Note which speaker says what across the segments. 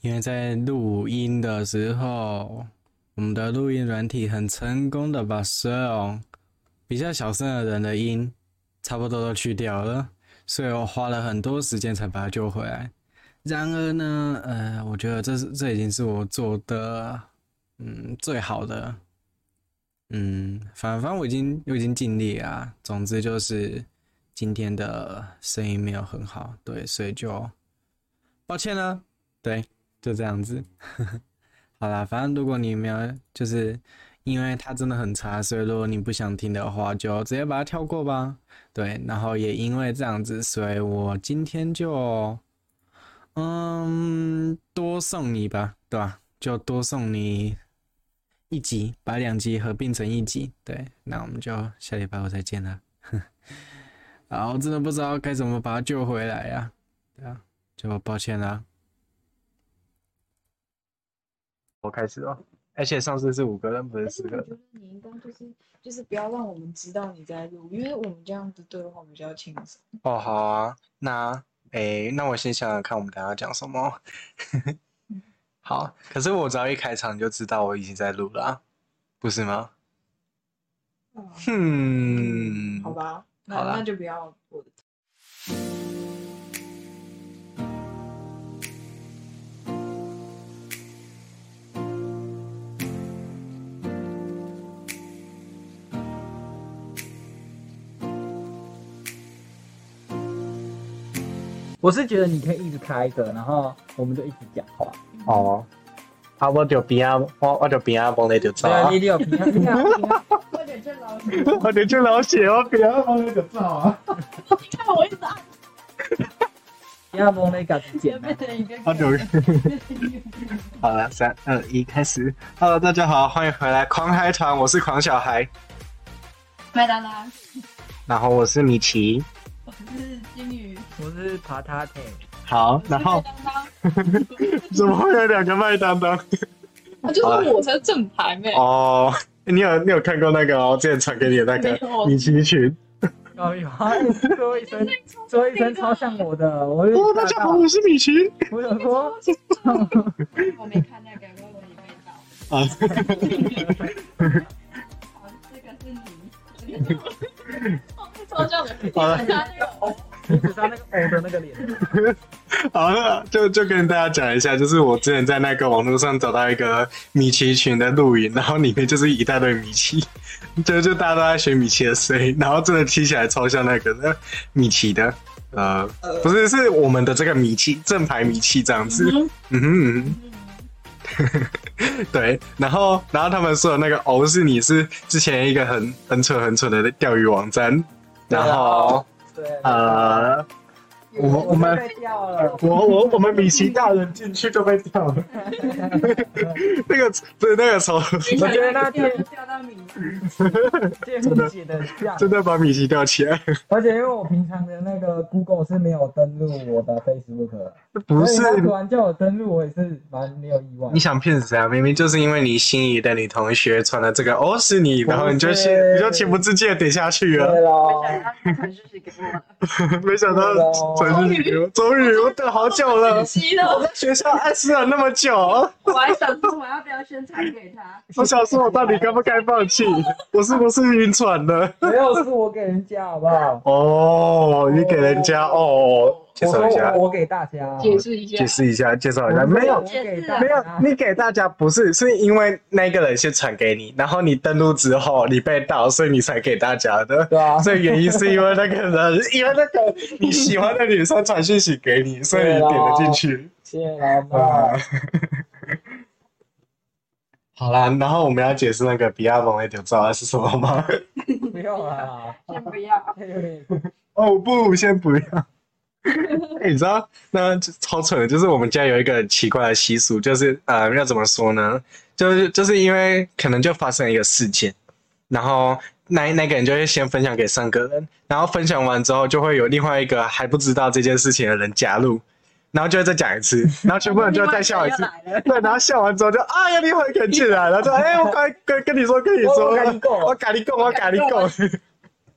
Speaker 1: 因为在录音的时候，我们的录音软体很成功的把所有比较小声的人的音差不多都去掉了，所以我花了很多时间才把它救回来。然而呢，呃，我觉得这是这已经是我做的，嗯，最好的，嗯，反正我已经我已经尽力啊。总之就是今天的声音没有很好，对，所以就抱歉了，对，就这样子。好啦，反正如果你没有，就是因为它真的很差，所以如果你不想听的话，就直接把它跳过吧。对，然后也因为这样子，所以我今天就。嗯，多送你吧，对吧？就多送你一集，把两集合并成一集。对，那我们就下礼拜我再见了。 啊，我真的不知道该怎么把他救回来呀、对啊，就抱歉啦。我开始了，而且上次是五个人，不
Speaker 2: 但是我觉得你应该就是就是不要让我们知道你在录，因为我们这样子对话比较轻松。
Speaker 1: 哦，好啊，那诶，那我先想想看，我们等一下讲什么。好，可是我只要一开场你就知道我已经在录了啊、不是吗？嗯
Speaker 2: 好吧，那
Speaker 1: 好啦
Speaker 2: 那就不要我的。
Speaker 3: 我是觉得你可以一直开着，然后我们就一起讲话。
Speaker 1: 哦，啊，我就边啊，我我就边啊，帮你就走
Speaker 3: 对啊，你有平衡。
Speaker 2: 快点正老师，
Speaker 1: 我就去老血，我边啊，帮你就走啊，
Speaker 2: 你看我一直按
Speaker 3: 不要蒙那个字
Speaker 2: 前
Speaker 3: 简单
Speaker 2: 面。的一个
Speaker 1: 我啊就。好了，三二一，开始。Hello，大家好，欢迎回来狂嗨团，我是狂小孩，
Speaker 2: 麦当拉，
Speaker 1: 然后我是米奇。
Speaker 2: 我是金鱼，
Speaker 3: 我是爬塔腿，
Speaker 1: 好，然后
Speaker 2: 我是麦当拉，
Speaker 1: 怎么会有两个麦当当？
Speaker 2: 啊就是我才是正牌妹。
Speaker 1: 哦，你有你有看过那个哦？之前传给你的那
Speaker 2: 没
Speaker 1: 个
Speaker 2: 有
Speaker 1: 米奇群？
Speaker 3: 哦有啊，说一声，说一声超像我的，我
Speaker 1: 哦，
Speaker 3: 就
Speaker 1: 大
Speaker 3: 吓
Speaker 1: 家好，
Speaker 3: 到，
Speaker 1: 我是米奇。
Speaker 3: 我有说，
Speaker 2: 我没看那个，因为我也没到。
Speaker 1: 啊，
Speaker 2: 好，这个是你。超像的，
Speaker 1: 好了
Speaker 2: 他那个哦，
Speaker 3: 你只差那个欧的那个脸，
Speaker 1: 好了，就就跟大家讲一下，就是我之前在那个网络上找到一个米奇群的录影，然后里面就是一大堆米奇， 就就大家都在学米奇的声音，然后真的听起来超像那个呃米奇的， 呃，不是，是我们的这个米奇正牌米奇这样子，嗯哼嗯哼。对，然后然后他们说的那个“哦”是你是之前一个很很蠢很蠢的钓鱼网站，然后
Speaker 3: 对，
Speaker 1: 呃，我我们
Speaker 3: 被掉了，
Speaker 1: 我我我们米奇大人进去就被掉 了，那个不是那个从
Speaker 3: 我觉得那
Speaker 2: 掉
Speaker 3: 天
Speaker 2: 掉到米，
Speaker 3: 这很解的像，
Speaker 1: 真的把米奇吊起来，
Speaker 3: 而且因为我平常的那个 Google 是没有登录我的 Facebook，的
Speaker 1: 不
Speaker 3: 所
Speaker 1: 是
Speaker 3: 以他突然叫我登录，我也是蛮没有意外的
Speaker 1: 你。想骗谁啊？明明就是因为你心仪的女同学传了这个“哦”是你，然后你就
Speaker 3: 不是
Speaker 1: 心你就情不自禁的点下去
Speaker 3: 对
Speaker 1: 了，
Speaker 3: 喽，
Speaker 2: 他传讯息给我了，
Speaker 1: 没想到
Speaker 3: 对哦
Speaker 1: 传讯息给我，终于我等好久了
Speaker 2: 可，惜
Speaker 1: 我
Speaker 2: 了，
Speaker 1: 在学校暗示了那么久。
Speaker 2: 我还想说我要不要先传给他，
Speaker 1: 我想说，我到底该不该放弃？我是不是晕船了？
Speaker 3: 没有是我给人家好不好？
Speaker 1: 哦，你给人家哦，介
Speaker 3: 我
Speaker 1: 绍
Speaker 3: 说
Speaker 1: 一下
Speaker 3: 我，我给大家，
Speaker 2: 解释一下
Speaker 1: 解，释一下，介绍一下，
Speaker 3: 我
Speaker 1: 没有
Speaker 3: 我。给
Speaker 2: 啊
Speaker 3: 大
Speaker 1: 没有
Speaker 3: 家，，
Speaker 1: 你给大家不是，是因为那个人先传给你，然后你登录之后你被盗，所以你才给大家 的。
Speaker 3: 对啊，
Speaker 1: 所以原因是因为那个 人，因为那个你喜欢的女生传讯息给你，所以你点了进去。
Speaker 3: 谢谢老
Speaker 1: 啊
Speaker 3: 板。
Speaker 1: 好啦，然后我们要解释那个比亚蒙的屌照是什么吗？
Speaker 3: 不用啦，
Speaker 2: 先不 要，
Speaker 3: 有点
Speaker 1: 哦不，先不 要。欸你知道，那就超蠢的，就是我们家有一个很奇怪的习俗，就是呃，要怎么说呢？就是就是因为可能就发生一个事件，然后那那个人就会先分享给三个人，然后分享完之后，就会有另外一个还不知道这件事情的人加入，然后就会再讲一次，然后全部人就会再笑一次，对，然后笑完之后就啊，有另外一个人进来了，然后就哎、我刚跟跟你说，跟你
Speaker 3: 我
Speaker 1: 说，
Speaker 3: 我跟你讲
Speaker 1: 我跟你讲，我跟你讲，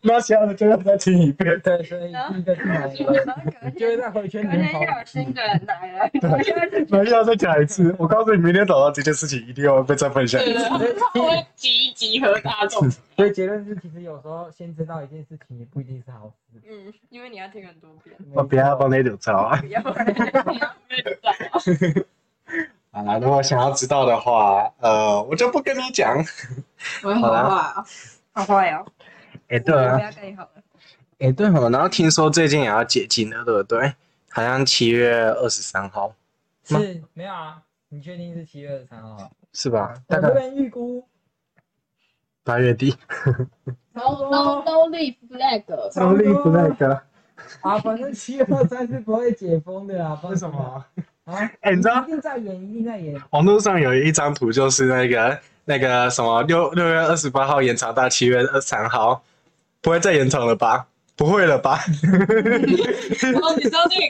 Speaker 3: 那其他的就要再听一遍。对，所以
Speaker 4: 然后
Speaker 3: 第一个进来
Speaker 4: 然后
Speaker 3: 了，就会
Speaker 4: 隔天
Speaker 3: 再回圈
Speaker 4: 隔
Speaker 3: 里面
Speaker 4: 天又
Speaker 3: 跑。
Speaker 4: 有新的来了，我又要去
Speaker 5: 然后又要再讲一次。我告诉你，明天早上这件事情一定要被再分享一
Speaker 6: 对
Speaker 5: 次。
Speaker 6: 对，对他们会集集合大众，
Speaker 3: 所以结论是，其实有时候先知道一件事情也不一定是好事。
Speaker 4: 嗯，因为你要听很多遍，
Speaker 1: 哦
Speaker 5: 我不要帮你啊吐槽。
Speaker 4: 不要
Speaker 6: 因为你知道吗
Speaker 5: 好啦，如果想要知道的话，呃，我就不跟你讲。
Speaker 6: 我会好话啊，
Speaker 4: 好坏哦，
Speaker 5: 哎、对
Speaker 4: 我
Speaker 5: 啊
Speaker 4: 不，要跟你好了，
Speaker 5: 哎、对哦。然后听说最近也要解禁了，对不对？好像七月二十三号吗
Speaker 3: 是没有啊？你确定是七月二十三号啊？
Speaker 5: 是吧？
Speaker 3: 我
Speaker 5: 大
Speaker 3: 这
Speaker 5: 概
Speaker 3: 边预估
Speaker 5: 八月底。
Speaker 7: No no no leave flag，
Speaker 3: 差不多
Speaker 5: 个。
Speaker 3: 啊，反正七月二十三是不会解封的啊。
Speaker 5: 为什么？
Speaker 3: 啊？
Speaker 5: 哎、你知道
Speaker 3: 一定在演，一定在演。
Speaker 5: 网络上有一张图，就是那个那个什么六六月二十八号延长到七月二三号，不会再延长了吧？不会了吧？
Speaker 6: 然后你知道这个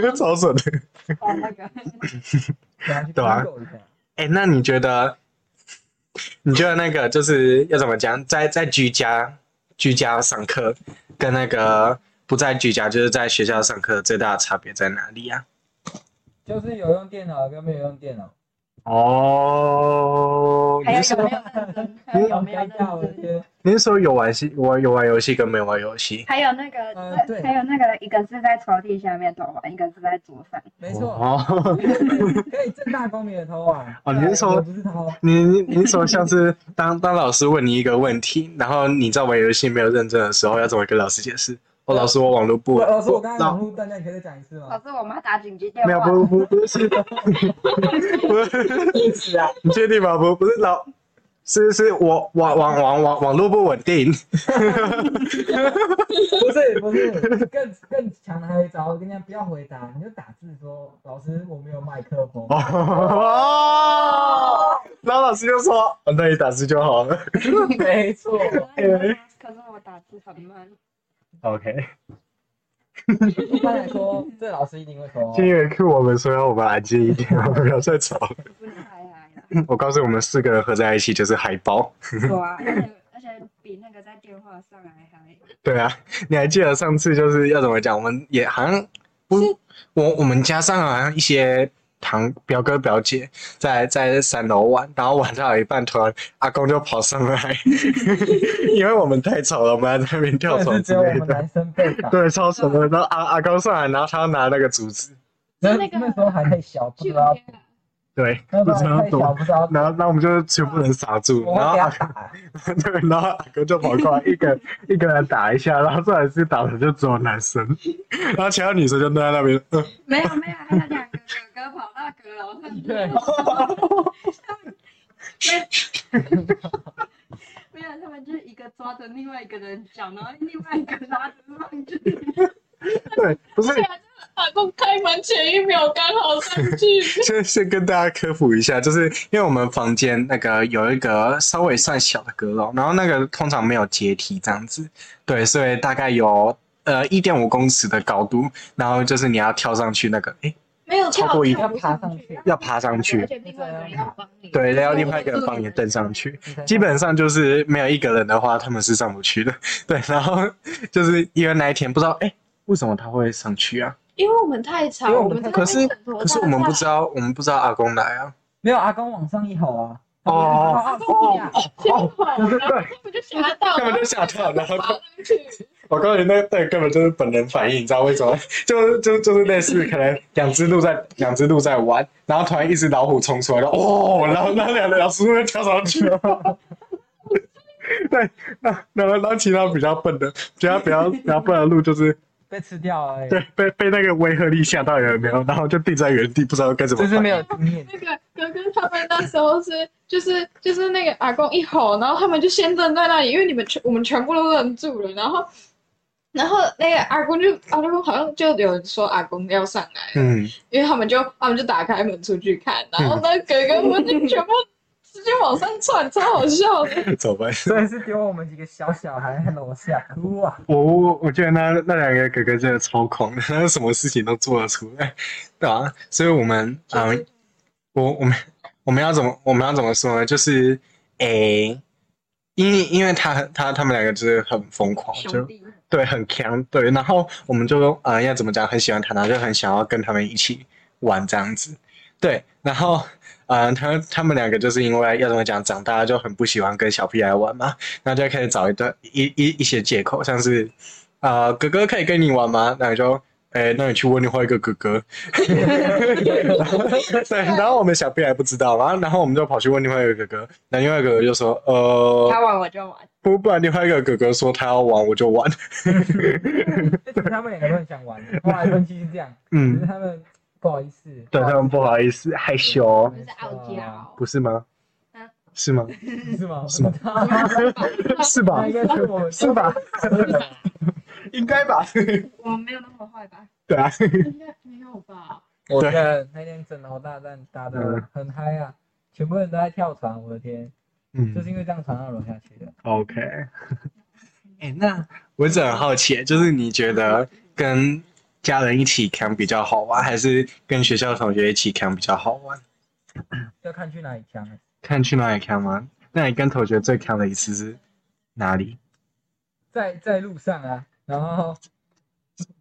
Speaker 6: 梗图，
Speaker 5: 超准的。
Speaker 4: 哦那个，
Speaker 5: 对啊
Speaker 3: 对啊。
Speaker 5: 哎、那你觉得？你觉得那个就是要怎么讲？在在居家居家上课，跟那个不在居家就是在学校上课最大的差别在哪里啊呀、
Speaker 3: 就是有用电脑跟没有用电脑。
Speaker 5: 哦
Speaker 4: 还有
Speaker 5: 您是
Speaker 4: 有没有认真？还有有没有
Speaker 3: 尴尬我
Speaker 4: 认真？
Speaker 3: 天
Speaker 5: 您是说有玩戏玩有玩游戏跟没玩游戏？
Speaker 4: 还有那个，
Speaker 3: 呃
Speaker 4: 那
Speaker 3: 对
Speaker 4: 还有那个，一个是在抽屉下面偷玩，一个是在桌上。
Speaker 3: 没错，
Speaker 5: 哦，
Speaker 3: 可以正大光明的偷啊。
Speaker 5: 哦你是说
Speaker 3: 我不是偷？
Speaker 5: 您您说像是当当老师问你一个问题，然后你在玩游戏没有认真的时候，要怎么跟老师解释？哦，老师我网络不稳。
Speaker 3: 老师，我刚才
Speaker 5: 老
Speaker 3: 网络断掉，你可以再讲一次
Speaker 4: 老
Speaker 3: 吗？
Speaker 4: 师，我妈打紧急电
Speaker 5: 没有
Speaker 4: 话，
Speaker 5: 不不不是，不是，
Speaker 3: 意思啊，
Speaker 5: 你确定吗？不不是老，是是我网网网网网络不稳定。
Speaker 3: 不是不是，更更强的还有一招，我跟你讲，不要回答，你就打字说，老师我没有麦克风。
Speaker 5: 哦，然后老师就说，哦那你打字就好了。
Speaker 3: 没错，
Speaker 4: 可是我打字很慢。
Speaker 5: OK，
Speaker 3: 一般来说，这老师一定会说，哦
Speaker 5: 金元 Q 我们说要我们安静一点，我们不要再吵了。
Speaker 4: 不能嗨嗨啦，
Speaker 5: 我告诉你我们四个人合在一起就是海包。
Speaker 4: 对啊，而且而且比那个在电话上还嗨。
Speaker 5: 对啊，你还记得上次就是要怎么讲？我们也好像不，我我们家上好像一些堂表哥表姐在在三楼玩，然后玩到一半，突然阿公就跑上来， 因为我们太吵了，我们还在那边跳
Speaker 3: 这
Speaker 5: 床
Speaker 3: 是只
Speaker 5: 之
Speaker 3: 有我
Speaker 5: 类
Speaker 3: 们
Speaker 5: 的。
Speaker 3: 男生被打。
Speaker 5: 对，超吵的。然后阿阿公上来，然后他要拿那个竹子，
Speaker 3: 那
Speaker 7: 那个
Speaker 3: 那时候还太小，不知
Speaker 7: 去
Speaker 3: 道，
Speaker 7: 天啊
Speaker 5: 对，
Speaker 3: 那时
Speaker 5: 不
Speaker 3: 候
Speaker 5: 知
Speaker 3: 还
Speaker 5: 道
Speaker 3: 太小，
Speaker 5: 躲。
Speaker 3: 不知道。
Speaker 5: 然后，那我们就全部人傻 住，
Speaker 3: 我
Speaker 5: 然后
Speaker 3: 会给
Speaker 5: 阿
Speaker 3: 他打，
Speaker 5: 对，然后阿哥就跑过来，一 个一个人打一下，然后这来是打的就只有男生，然后其他女生就蹲在那边，嗯，
Speaker 4: 没有没有，还有两个哥哥跑到阁楼上去。
Speaker 3: 对
Speaker 4: 没有，他们就是一个抓着另外一个人脚，然后另外一个拉着上去。
Speaker 5: 对，不是，啊
Speaker 6: 打工开门前一秒刚好上去，
Speaker 5: 先先跟大家科普一下，就是因为我们房间那个有一个稍微算小的阁楼，然后那个通常没有阶梯这样子，对，所以大概有呃一点五公尺的高度，然后就是你要跳上去那个，诶，
Speaker 7: 没有
Speaker 5: 超过一
Speaker 7: 跳
Speaker 3: 要爬上 去，
Speaker 5: 要爬上
Speaker 7: 而
Speaker 5: 去，
Speaker 7: 且另外一个人要帮你。
Speaker 5: 对，然后另外一个人帮你登上去，基本上就是没有一个人的话，他们是上不去的。 对，然后就是因为那一天不知道，哎、为什么他会上去啊？
Speaker 7: 因为我们太吵，
Speaker 3: 因为我
Speaker 7: 我
Speaker 3: 们
Speaker 7: 们在
Speaker 5: 可是
Speaker 7: 那边
Speaker 5: 可是我们不知
Speaker 7: 道，
Speaker 5: 道，我们不知道阿公来啊。
Speaker 3: 没有阿公往上一吼啊，
Speaker 5: 哦
Speaker 3: 好好呀，
Speaker 5: 哦，对对对，
Speaker 7: 我就吓到，
Speaker 5: 根本就吓到，然后
Speaker 6: 爬上去，
Speaker 5: 我告诉你，那对根本就是本能反应，你知道为什么？ 就就就是类似可能两只鹿在两只鹿在玩，然后突然一只老虎冲出来了，哦，然后那两个老师就跳上去了。对，那然后然后其他比较笨的，其他比较比较笨的鹿就是
Speaker 3: 被吃掉了、
Speaker 5: 对，，被被那个威吓力吓到有没有？然后就定在原地，不知道该怎么
Speaker 3: 就
Speaker 5: 办。
Speaker 3: 是没有经验。
Speaker 6: 那个哥哥他们那时候是就是就是那个阿公一吼，然后他们就先愣在那里，因为你们全我们全部都愣住了，然后然后那个阿公就阿公好像就有人说阿公要上来，
Speaker 5: 嗯，
Speaker 6: 因为他们就他们就打开门出去看，然后那哥哥们就全部直接往上窜，超好笑的。
Speaker 5: 走吧。
Speaker 3: 真的是丢我们几个小小孩在楼下哭啊！
Speaker 5: 我我我觉得那那两个哥哥真的超狂的， 他什么事情都做得出来，对啊，所以我们嗯、呃我我们我们要怎么我们要怎么说呢？就是诶、因因为他他他们两个就是很疯狂，就
Speaker 4: 兄弟，
Speaker 5: 对很强，对，然后我们就呃要怎么讲，很喜欢他，然后就很想要跟他们一起玩这样子，对，然后呃他他们两个就是因为要怎么讲，长大就很不喜欢跟小屁孩玩嘛，然后就开始找一段一一一些借口，像是啊、呃哥哥可以跟你玩吗？那你就。哎，那你去问另外一个哥哥， 对，然后我们小屁孩不知道，然后然后我们就跑去问另外一个哥哥，那另外一个哥哥就说，呃，
Speaker 4: 他玩我就玩，
Speaker 5: 不，不然另外一个哥哥说他要玩，我就玩。
Speaker 3: 就其实他们两个都很想玩，后来分析是这样，只是
Speaker 5: 嗯，
Speaker 3: 他们不好意思，
Speaker 5: 对他们不好意思，害羞，
Speaker 7: 就是傲娇，
Speaker 5: 不是吗
Speaker 7: 啊
Speaker 4: 嗯？
Speaker 5: 是吗？
Speaker 3: 思，是吗？
Speaker 5: 是吗？是吧
Speaker 3: 那应？该是我们
Speaker 5: 是吧？应该吧？
Speaker 4: 我没有那么坏吧？
Speaker 5: 对啊，
Speaker 7: 应该没有吧？
Speaker 3: 我的那天枕头大战打的很嗨啊，全部人都在跳船，我的天，就是
Speaker 5: 嗯
Speaker 3: 因为这样船要融下去的。
Speaker 5: ，OK。哎，那我一直很好奇，就是你觉得跟家人一起扛比较好玩，还是跟学校同学一起扛比较好玩？
Speaker 3: 要看去哪里抢、
Speaker 5: 看去哪里扛吗？那你跟同学最扛的一次是哪里？
Speaker 3: 在在路上啊，然后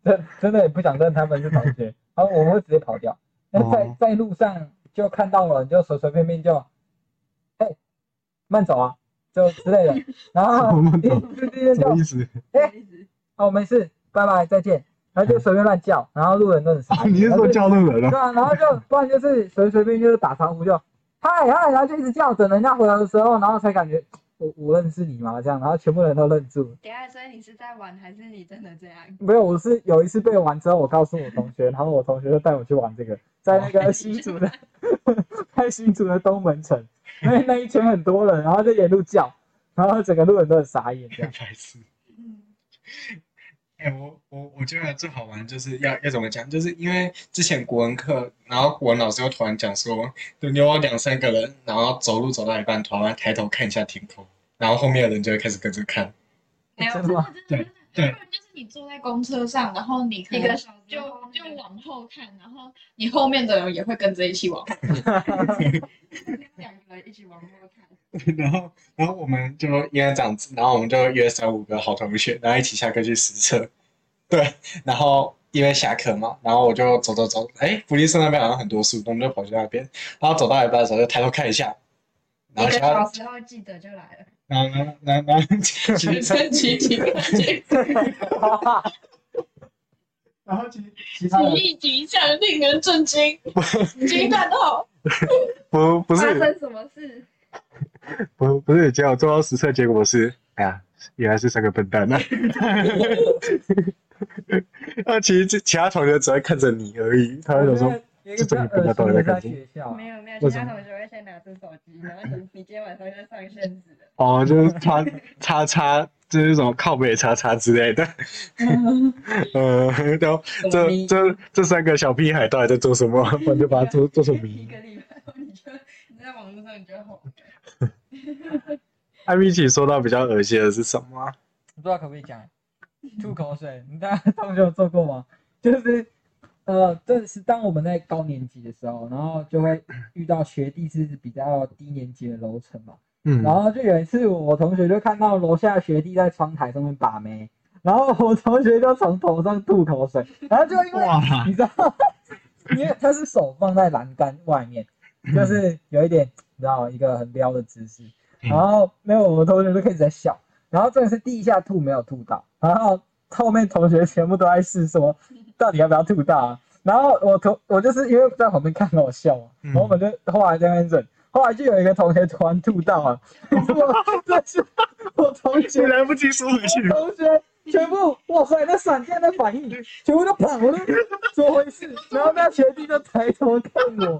Speaker 3: 真真的也不想跟他们是同学，然后我们会直接跑掉。那在
Speaker 5: 哦
Speaker 3: 在路上就看到了，你就随随便便就，哎、慢走啊，就之类的。然后
Speaker 5: 慢走
Speaker 3: 直接
Speaker 5: 什
Speaker 3: 就
Speaker 5: 么意思？
Speaker 3: 哎哦没事，拜拜再见，然后就随便乱叫，然后路人都很傻
Speaker 5: 哦，
Speaker 3: 眼。
Speaker 5: 你是
Speaker 3: 然后
Speaker 5: 说
Speaker 3: 就
Speaker 5: 教路人
Speaker 3: 对
Speaker 5: 哦？
Speaker 3: 啊，然后就不然就是随随便便就是打招呼就嗨嗨，然后就一直叫，等人家回来的时候，然后才感觉我我认识你吗？这样，然后全部人都愣住。
Speaker 4: 等一下，所以你是在玩还是你真的这样？
Speaker 3: 没有，我是有一次被玩之后，我告诉我同学，然后我同学就带我去玩这个，在那个新竹的，在新竹的东门城，那那一圈很多人，然后就沿路叫，然后整个路人都很傻眼这样。
Speaker 5: 白痴。
Speaker 7: 嗯
Speaker 5: 哎、我我我觉得最好玩就是要要怎么讲，就是因为之前国文课，然后国文老师又突然讲说，就你有两三个人，然后走路走到一半，突然抬头看一下天空，然后后面的人就会开始跟着看。哎
Speaker 4: 没有
Speaker 3: 真的吗？
Speaker 7: 真的
Speaker 5: 对
Speaker 7: 真的，不然就是你坐在公车上，然后你可
Speaker 4: 一
Speaker 7: 能
Speaker 4: 个小时
Speaker 7: 就
Speaker 4: 后
Speaker 7: 就往后看，然后你后面的人也会跟着一起往后看。
Speaker 4: 两个人一起往 后看，
Speaker 5: 然后然后我们就因为这样子，然后我们就约三五个好同学，然后一起下课去实测。对，然后因为下课嘛，然后我就走走走，哎，福利社那边好像很多树，我们就跑去那边，然后走到一半的时候就抬头看一下，然
Speaker 4: 一
Speaker 5: 后
Speaker 4: 个
Speaker 5: 想要
Speaker 4: 小时后记得就来了。
Speaker 5: 然后呢，然后然后 其
Speaker 7: 学
Speaker 5: 实
Speaker 7: 生奇迹，
Speaker 5: 然后其实
Speaker 3: 其他人
Speaker 7: 奇迹景象令人震惊，惊叹号。
Speaker 5: 不不
Speaker 4: 发
Speaker 5: 是
Speaker 4: 生什么事？
Speaker 5: 不不是，结果做到实测结果是，哎呀，原来是三个笨蛋 啊！ 那其实其其他同学只会看着你而已，他会想说，
Speaker 3: 有一个比
Speaker 5: 这
Speaker 3: 较
Speaker 5: 个不知道
Speaker 3: 恶
Speaker 5: 到
Speaker 3: 心
Speaker 5: 底
Speaker 3: 的
Speaker 5: 在
Speaker 3: 是在
Speaker 5: 干什么
Speaker 3: 学校啊，
Speaker 4: 没有没有，
Speaker 5: 为
Speaker 4: 其
Speaker 5: 什
Speaker 4: 他
Speaker 5: 么
Speaker 4: 同学会先拿出手机，然后你你今天晚上就上线子了。
Speaker 5: 哦，就是叉叉叉，就是什么靠北叉叉之类的，呃，然后这这这三个小屁孩到底在做什么？我就把它做做成
Speaker 4: 一
Speaker 5: 谜。
Speaker 4: 个礼拜后你就你在网络上你就 红了。
Speaker 5: 艾米奇说到比较恶心的是什么啊？
Speaker 3: 不知道可不可以讲，吐口水，你大家同学有做过吗？就是，呃，这是当我们在高年级的时候，然后就会遇到学弟是比较低年级的楼层嘛，
Speaker 5: 嗯
Speaker 3: 然后就有一次我同学就看到楼下学弟在窗台上面把妹，然后我同学就从头上吐口水，然后就因为
Speaker 5: 哇，
Speaker 3: 你知道，因为他是手放在栏杆外面，就是有一点你知道一个很撩的姿势，
Speaker 5: 嗯
Speaker 3: 然后没有我们同学就开始在笑，然后这个是第一下吐没有吐到，然后后面同学全部都在试说到底要不要吐到啊，然后我同我就是因为在旁边看到我笑嘛，然后我们就后来在那边忍。后来就有一个同学突然吐到啊， 我这是我同学
Speaker 5: 你来不及缩回去。
Speaker 3: 同学全部，哇塞，那闪电的反应，全部都跑了，怎么回事？然后那学弟就抬头看我，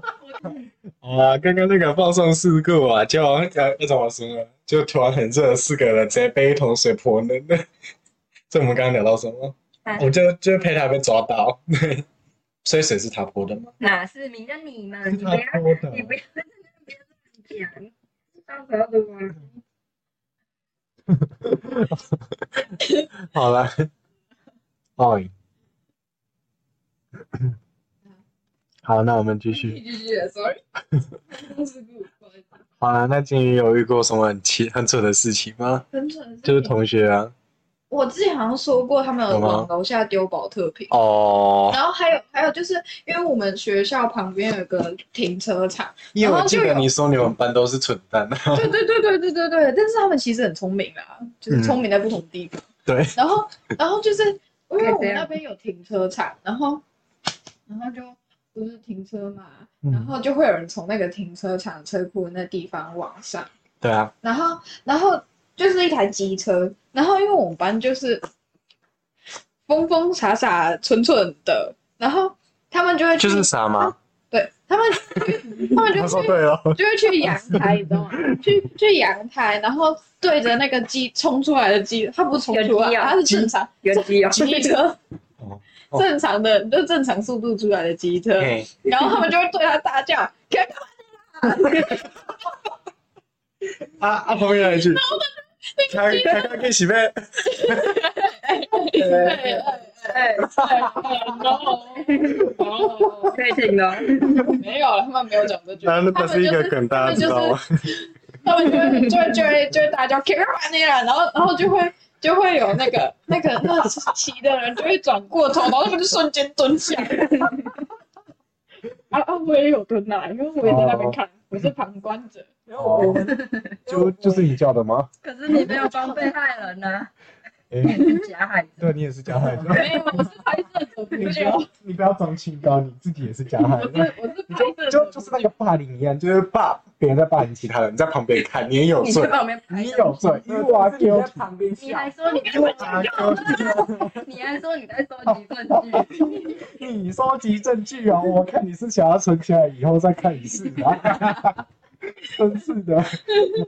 Speaker 5: 啊，刚刚那个放送事故啊，就呃要怎么说呢？就突然很热，四个人直接被一桶水泼冷的。这我们刚刚聊到什么？我就就陪他被抓到， 对，所以水是他泼的吗？
Speaker 4: 哪是明着你嘛？
Speaker 5: 是
Speaker 4: 你
Speaker 5: 他
Speaker 4: 不要
Speaker 5: 泼的
Speaker 4: 你不要在那边乱讲，到时候如果
Speaker 5: 好了，哦，好，那我们继续。
Speaker 6: 继续，sorry，公司不好意思
Speaker 5: 好了，那金鱼有遇过什么很奇很蠢的事情吗？
Speaker 6: 很蠢，
Speaker 5: 就是同学啊。
Speaker 6: 我之前好像说过，他们有
Speaker 5: 有吗
Speaker 6: 往楼下丢保特瓶。
Speaker 5: 哦，
Speaker 6: 然后还有还有，就是因为我们学校旁边有个停车场，
Speaker 5: 因为我记
Speaker 6: 然
Speaker 5: 得
Speaker 6: 后就有
Speaker 5: 你说你们班都是蠢蛋。啊
Speaker 6: 对对对对对对对，但是他们其实很聪明啦，就是聪明在不同地方。
Speaker 5: 嗯对，
Speaker 6: 然后然后就是因为
Speaker 4: 可以
Speaker 6: 我
Speaker 4: 这
Speaker 6: 们
Speaker 4: 样
Speaker 6: 那边有停车场，然后然后就不是停车嘛，
Speaker 5: 嗯
Speaker 6: 然后就会有人从那个停车场车库那地方往上，
Speaker 5: 对啊，
Speaker 6: 然后然后就是一台机车，然后因为我们班就是疯疯傻傻蠢蠢的，然后他们就会
Speaker 5: 就
Speaker 6: 去
Speaker 5: 是傻吗？
Speaker 6: 对他们就会去他啊们就
Speaker 5: 他说
Speaker 6: 去
Speaker 5: 对哦了。
Speaker 6: 就会去阳台，你知道吗？去去阳台，然后对着那个鸡冲出来的鸡，它不是冲出
Speaker 4: 有
Speaker 6: 来，
Speaker 4: 鸡啊
Speaker 6: 它是正常
Speaker 4: 原机哦，
Speaker 6: 机车
Speaker 5: 哦，哦
Speaker 6: 正常的就正常速度出来的机车，
Speaker 5: 嘿，
Speaker 6: 然后他们就会对它大叫， 然后
Speaker 5: 啊啊，旁边来一句，开开开给洗呗。
Speaker 4: 哎，可以停了。
Speaker 6: 没有了，他们没有讲这句，
Speaker 5: 然后那是一个梗，大家知道吗？
Speaker 6: 他们就会就会就会就会大叫 k i r a n i 然后然后就会。就会有那个那个那骑的人就会转过头，然后他们就瞬间蹲下。啊啊！我也有蹲啊，因为我也在那边看，我是旁观者。
Speaker 5: 哦， 就就是你叫的吗？
Speaker 4: 可是你没有帮被害人啊呢，
Speaker 5: 哎，
Speaker 4: 假孩子。
Speaker 5: 对你也是加害者，
Speaker 6: 没有，我是拍摄者，不
Speaker 5: 你不
Speaker 6: 是
Speaker 5: 要你不要装清高，你自己也是加害
Speaker 6: 我
Speaker 5: 者。
Speaker 6: 是我是拍摄
Speaker 5: 就
Speaker 6: 者。
Speaker 5: 就是那个霸凌一样，就是霸别人在霸凌其他人，你在旁边看，你也有
Speaker 4: 你在
Speaker 5: 罪，
Speaker 4: 旁边拍
Speaker 5: 哎你也有罪，you are
Speaker 3: 你在
Speaker 5: guilty。
Speaker 3: 旁边
Speaker 4: 你
Speaker 3: 笑，
Speaker 4: 还说你
Speaker 5: 你啊，
Speaker 4: 你还说你在收集证 据，
Speaker 5: 你收集证据哦！我看你是想要存起来以后再看一 次啊， 真是的，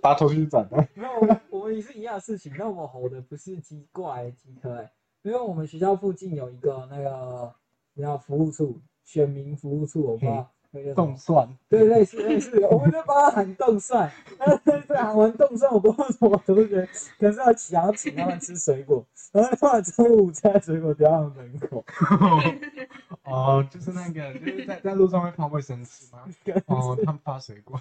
Speaker 5: 把头绪转了。
Speaker 3: 没有，我们我们也是一样的事情。那我们吼的不是鸡过来的鸡科、欸，因为我们学校附近有一个那个叫服务处，选民服务处，我不知道那个叫什么
Speaker 5: 动算，
Speaker 3: 对，类似类似，我们就帮他喊冻蒜，对，喊完冻蒜，我不知道为什么我同学，可是要想要请他们吃水果，然后他把中午摘水果丢到门口，
Speaker 5: 哦，就是那个，就是在在路上会放卫生纸 吗？哦，他们发水果，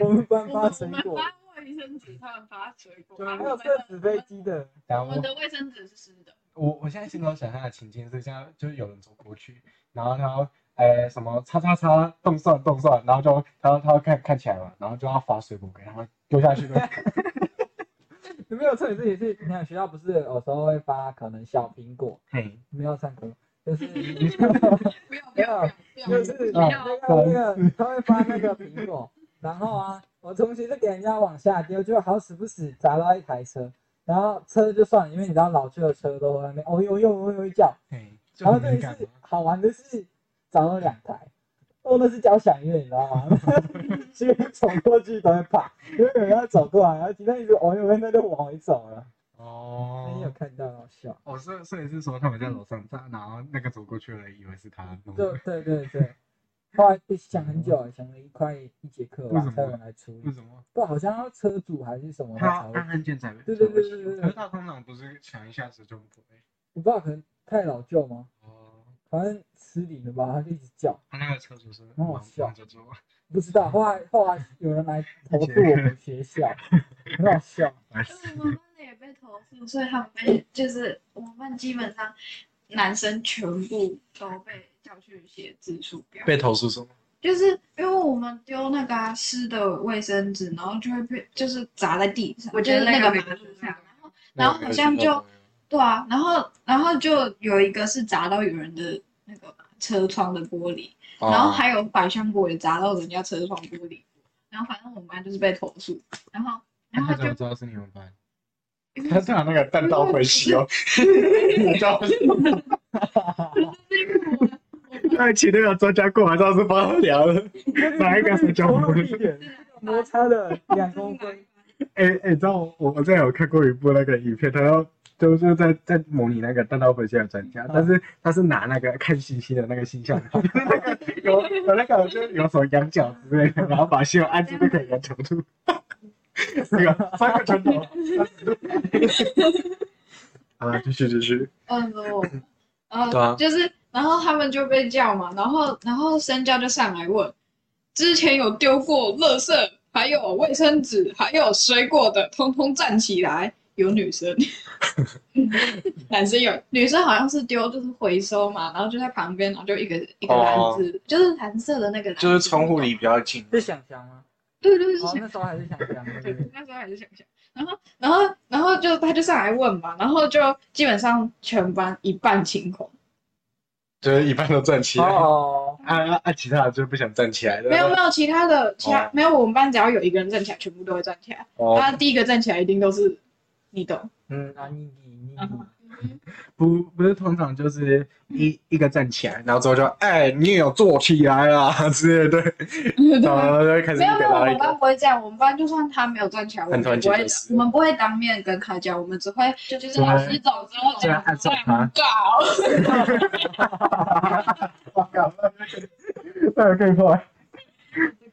Speaker 3: 我们班发水果，
Speaker 6: 发卫生纸，他们发水果
Speaker 3: 对，还有射纸飞机的，
Speaker 5: 然后
Speaker 6: 的卫生纸是湿的。
Speaker 5: 我我现在心中想象的情境是，现在就是有人走过去，然后他呃什么叉叉叉动算动算，然后就他他看看起来嘛，然后就要发水果给他们丢下 去呗。
Speaker 3: 有没有错？你这也是，你看学校不是有时候会发可能小苹果，
Speaker 5: 嘿，
Speaker 3: 没有上课，就是
Speaker 6: 不要
Speaker 3: 不要就是那个那个他会发那个苹果，然后啊，我同学就给人家往下丢，就好死不死砸到一台车，然后车就算了，因为你知道老旧的车都会那边哦呦呦哦呦叫，
Speaker 5: 嘿，就
Speaker 3: 然后
Speaker 5: 很
Speaker 3: 这
Speaker 5: 敏
Speaker 3: 一
Speaker 5: 感
Speaker 3: 次好玩的是砸了两台，哦那是交响乐你知道吗？ 所以走过去都会怕，因为有人要走过来，然后其他一直哦呦呦那就往回走了，你有
Speaker 5: 哦。
Speaker 3: 看到好笑，
Speaker 5: 哦，所以所以是说他们在楼上站，然后那个走过去的人以为是他弄
Speaker 3: 对
Speaker 5: 的，
Speaker 3: 对对对。后来想很久，想了一快一节课吧
Speaker 5: 为什，么
Speaker 3: 才有人来处理
Speaker 5: 为。什么？
Speaker 3: 不，好像要车主还是什么的
Speaker 5: 他
Speaker 3: 才
Speaker 5: 要
Speaker 3: 会，
Speaker 5: 按按键才会
Speaker 3: 对对对对对对
Speaker 5: 可是他通常不是想一下子就不会。
Speaker 3: 我不知道可能太老旧吗？
Speaker 5: 哦，
Speaker 3: 反正失灵了吧，他就一直叫，
Speaker 5: 他那个车主是
Speaker 3: 很好
Speaker 5: 忙
Speaker 3: 笑
Speaker 5: 忙着做，
Speaker 3: 不知道。后来后来有人来投诉我们学校，很好笑。
Speaker 5: 白
Speaker 7: 就
Speaker 5: 痴
Speaker 7: 是我们班的也被投诉，所以他们被就是我们班基本上男生全部都被叫去写字数表，
Speaker 5: 被投诉什么？
Speaker 7: 就是因为我们丢那个啊、湿的卫生纸，然后就会被就是砸在地上，
Speaker 4: 我觉
Speaker 7: 就
Speaker 4: 得
Speaker 7: 是那
Speaker 4: 那个
Speaker 7: 马路上，然后
Speaker 5: 那
Speaker 7: 然
Speaker 5: 我
Speaker 7: 后
Speaker 5: 没
Speaker 7: 好
Speaker 5: 有
Speaker 7: 像
Speaker 5: 知
Speaker 7: 就
Speaker 5: 道的
Speaker 7: 对啊，然后然后就有一个是砸到有人的那个车窗的玻璃，
Speaker 5: 哦
Speaker 7: 然后还有百香果也砸到人家车窗玻璃，然后反正我们班就是被投诉，然后然
Speaker 5: 那
Speaker 7: 后
Speaker 5: 他
Speaker 7: 就
Speaker 5: 怎么知道是你们班？
Speaker 7: 因为
Speaker 5: 他是拿那个弹道回吸哦，你知道吗？那前面有专家过来，知道是帮他聊的。哪一个是交
Speaker 3: 同
Speaker 5: 通
Speaker 3: 路地点？摩擦了两公分，
Speaker 5: 哎、哎、你知道我我之前有看过一部那个影片，他要就是在在模拟那个弹道回吸的专家，但
Speaker 6: 嗯
Speaker 5: 是他是拿那个看星星的那个星象， 就是那个有有那个就是有什么羊角之类的，然后把星星按住那个羊角 度，那个三个拳头。好了，继续继续。
Speaker 7: 嗯，我，
Speaker 6: 哦
Speaker 5: 对啊
Speaker 7: 呃，就是
Speaker 6: 然后他们就被叫嘛，然后然后身教就上来问，之前有丢过垃圾，还有卫生纸，还有水果的，通通站起来。有女 生，男生有，女生好像是丢就是回收嘛，然后就在旁边，然后就一个一个篮子，就是蓝色的那个篮子，
Speaker 5: 哦就是窗户离比较近。
Speaker 3: 是想强吗？
Speaker 6: 对对对，
Speaker 3: 哦，那时候还是想强。对不对
Speaker 6: 那时候还是想不想。然后，然后，然后就他就上来问嘛，然后就基本上全班一半清空，
Speaker 5: 就是一般都站起来，啊
Speaker 3: 哦，
Speaker 5: 啊啊！其他的就不想站起来的。
Speaker 6: 没有没有其他的其他、
Speaker 5: 哦
Speaker 6: 没有，我们班只要有一个人站起来，全部都会站起来。
Speaker 5: 哦，
Speaker 6: 他第一个站起来一定都是你懂，
Speaker 3: 嗯，啊，你你
Speaker 6: 嗯
Speaker 3: 你，
Speaker 5: 不不是通常就是一一个站起来，然后之后就哎，你也有坐起来啦 之类的，对，
Speaker 6: 对
Speaker 5: 然
Speaker 6: 吧？
Speaker 5: 后就会开始
Speaker 6: 没
Speaker 5: 一
Speaker 6: 有没
Speaker 5: 个
Speaker 6: 有，我
Speaker 5: 拉一
Speaker 6: 们班
Speaker 5: 个。
Speaker 6: 不会这样，我们班就算他没有站起来，我
Speaker 5: 很
Speaker 6: 们
Speaker 5: 团
Speaker 6: 不
Speaker 5: 结
Speaker 6: 会
Speaker 5: 就是，
Speaker 6: 我们不会当面跟他讲，我们只会就是老师走之后
Speaker 5: 这样啊暗算 他
Speaker 6: 告。
Speaker 5: 哇靠
Speaker 3: 那
Speaker 5: 哎
Speaker 3: 有更快。
Speaker 6: 这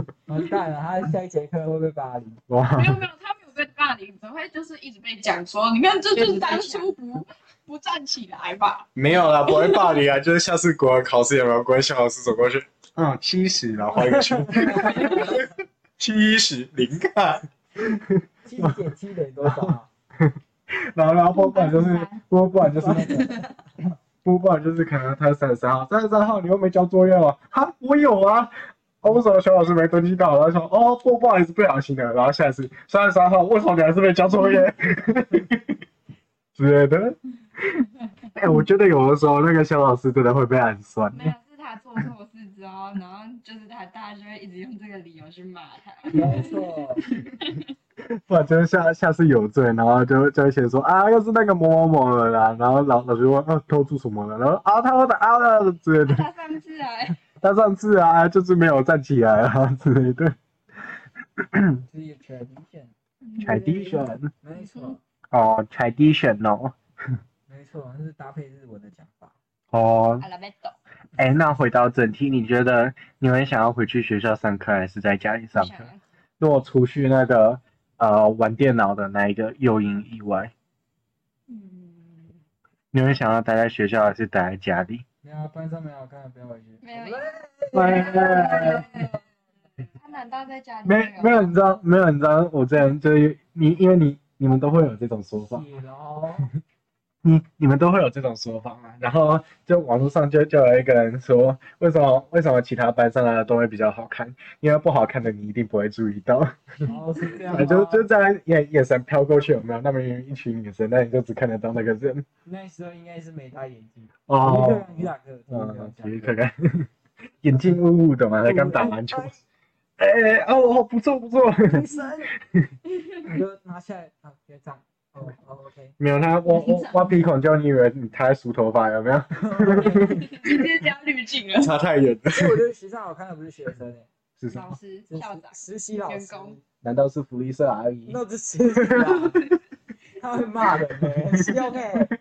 Speaker 6: 个
Speaker 3: 完蛋了，他下一节课会不会巴黎？
Speaker 5: 哇
Speaker 6: 没有没有，他没有被霸凌，只会就是一直被讲说，你看这就是当初不不站起来吧。
Speaker 5: 没有啦，不会霸凌啊，就是下次国文考试有没有？国文小老师走过去，嗯，七十，然后画一个 圈，七十零啊看，
Speaker 3: 七点七等于多少啊？
Speaker 5: 然后然后不管就是
Speaker 6: 啊
Speaker 5: 不不管就是那个。不管就是可能他三十三号，三十三号你又没交作业哦，哈，我有啊，哦，为什么小老师没登记到？然后说哦，不不好意思，不小心的。然后下一次三十三号，为什么你还是没交作业？之类的。哎、我觉得有的时候那个小老师真的会被暗算。
Speaker 4: 没有，是他做错事之后，然后就是他大家就会一直用这个理由去骂他。
Speaker 3: 没错，
Speaker 5: 哇，就是下下次有罪，然后就就会写说啊，又是那个某某某了啦，然后老老师问，啊，偷住什么了，然后啊，他又打啊啊之类的，
Speaker 4: 他上次来，
Speaker 5: 他上次啊就是没有站起来啊之类的
Speaker 3: 这是 tradition，
Speaker 5: ，tradition
Speaker 3: 没错，
Speaker 5: 哦，traditional
Speaker 3: 没错，那是搭配日文的讲法。
Speaker 5: 哦，
Speaker 4: 阿拉贝多，
Speaker 5: 哎，那回到正题，你觉得你们想要回去学校上课，还是在家里上
Speaker 4: 我
Speaker 5: 课
Speaker 4: 想？
Speaker 5: 如果除去那个呃玩电脑的那一个诱因以外，
Speaker 4: 嗯，
Speaker 5: 你们想要待在学校，还是待在家里？
Speaker 3: 没有啊，班上没有好看的，不要回去。
Speaker 4: 没有。他难道在家里
Speaker 5: 没没有，你知道没有，你知道我之前就是你，因为你你们都会有这种说法，
Speaker 3: 写喽，
Speaker 5: 你嗯你们都会有这种说法嘛？然后就网络上就就有一个人说，为什么为什么其他班上的都会比较好看？因为不好看的你一定不会注意到，。
Speaker 3: 哦，是这样吗
Speaker 5: 哎就就在眼眼神飘过去有没有？那边有一群女生，那你就只看得到那个人
Speaker 3: 那时候应该是没戴眼镜。一个
Speaker 5: 哦，
Speaker 3: 人一两个人，
Speaker 5: 嗯，体育
Speaker 3: 一
Speaker 5: 课
Speaker 3: 个
Speaker 5: 看眼睛雾雾的嘛，才刚打完球，哎哦哦，不错 不错，
Speaker 3: 你就拿下来啊，别脏。哦哦，OK。
Speaker 5: 没有他挖挖挖鼻孔，就你以为你他在梳头发有没有？
Speaker 6: 直接加滤镜 了。
Speaker 5: 差太远了。
Speaker 3: 所以我觉得学上好看的不是学生诶，
Speaker 5: 是什
Speaker 4: 老
Speaker 5: 么？
Speaker 4: 师、
Speaker 3: 是
Speaker 4: 校长，
Speaker 3: 实习老
Speaker 4: 员
Speaker 3: 师。
Speaker 4: 工
Speaker 5: 难道是福利社而已？
Speaker 3: 那是实习啦， 他会骂人的，很凶欸诶。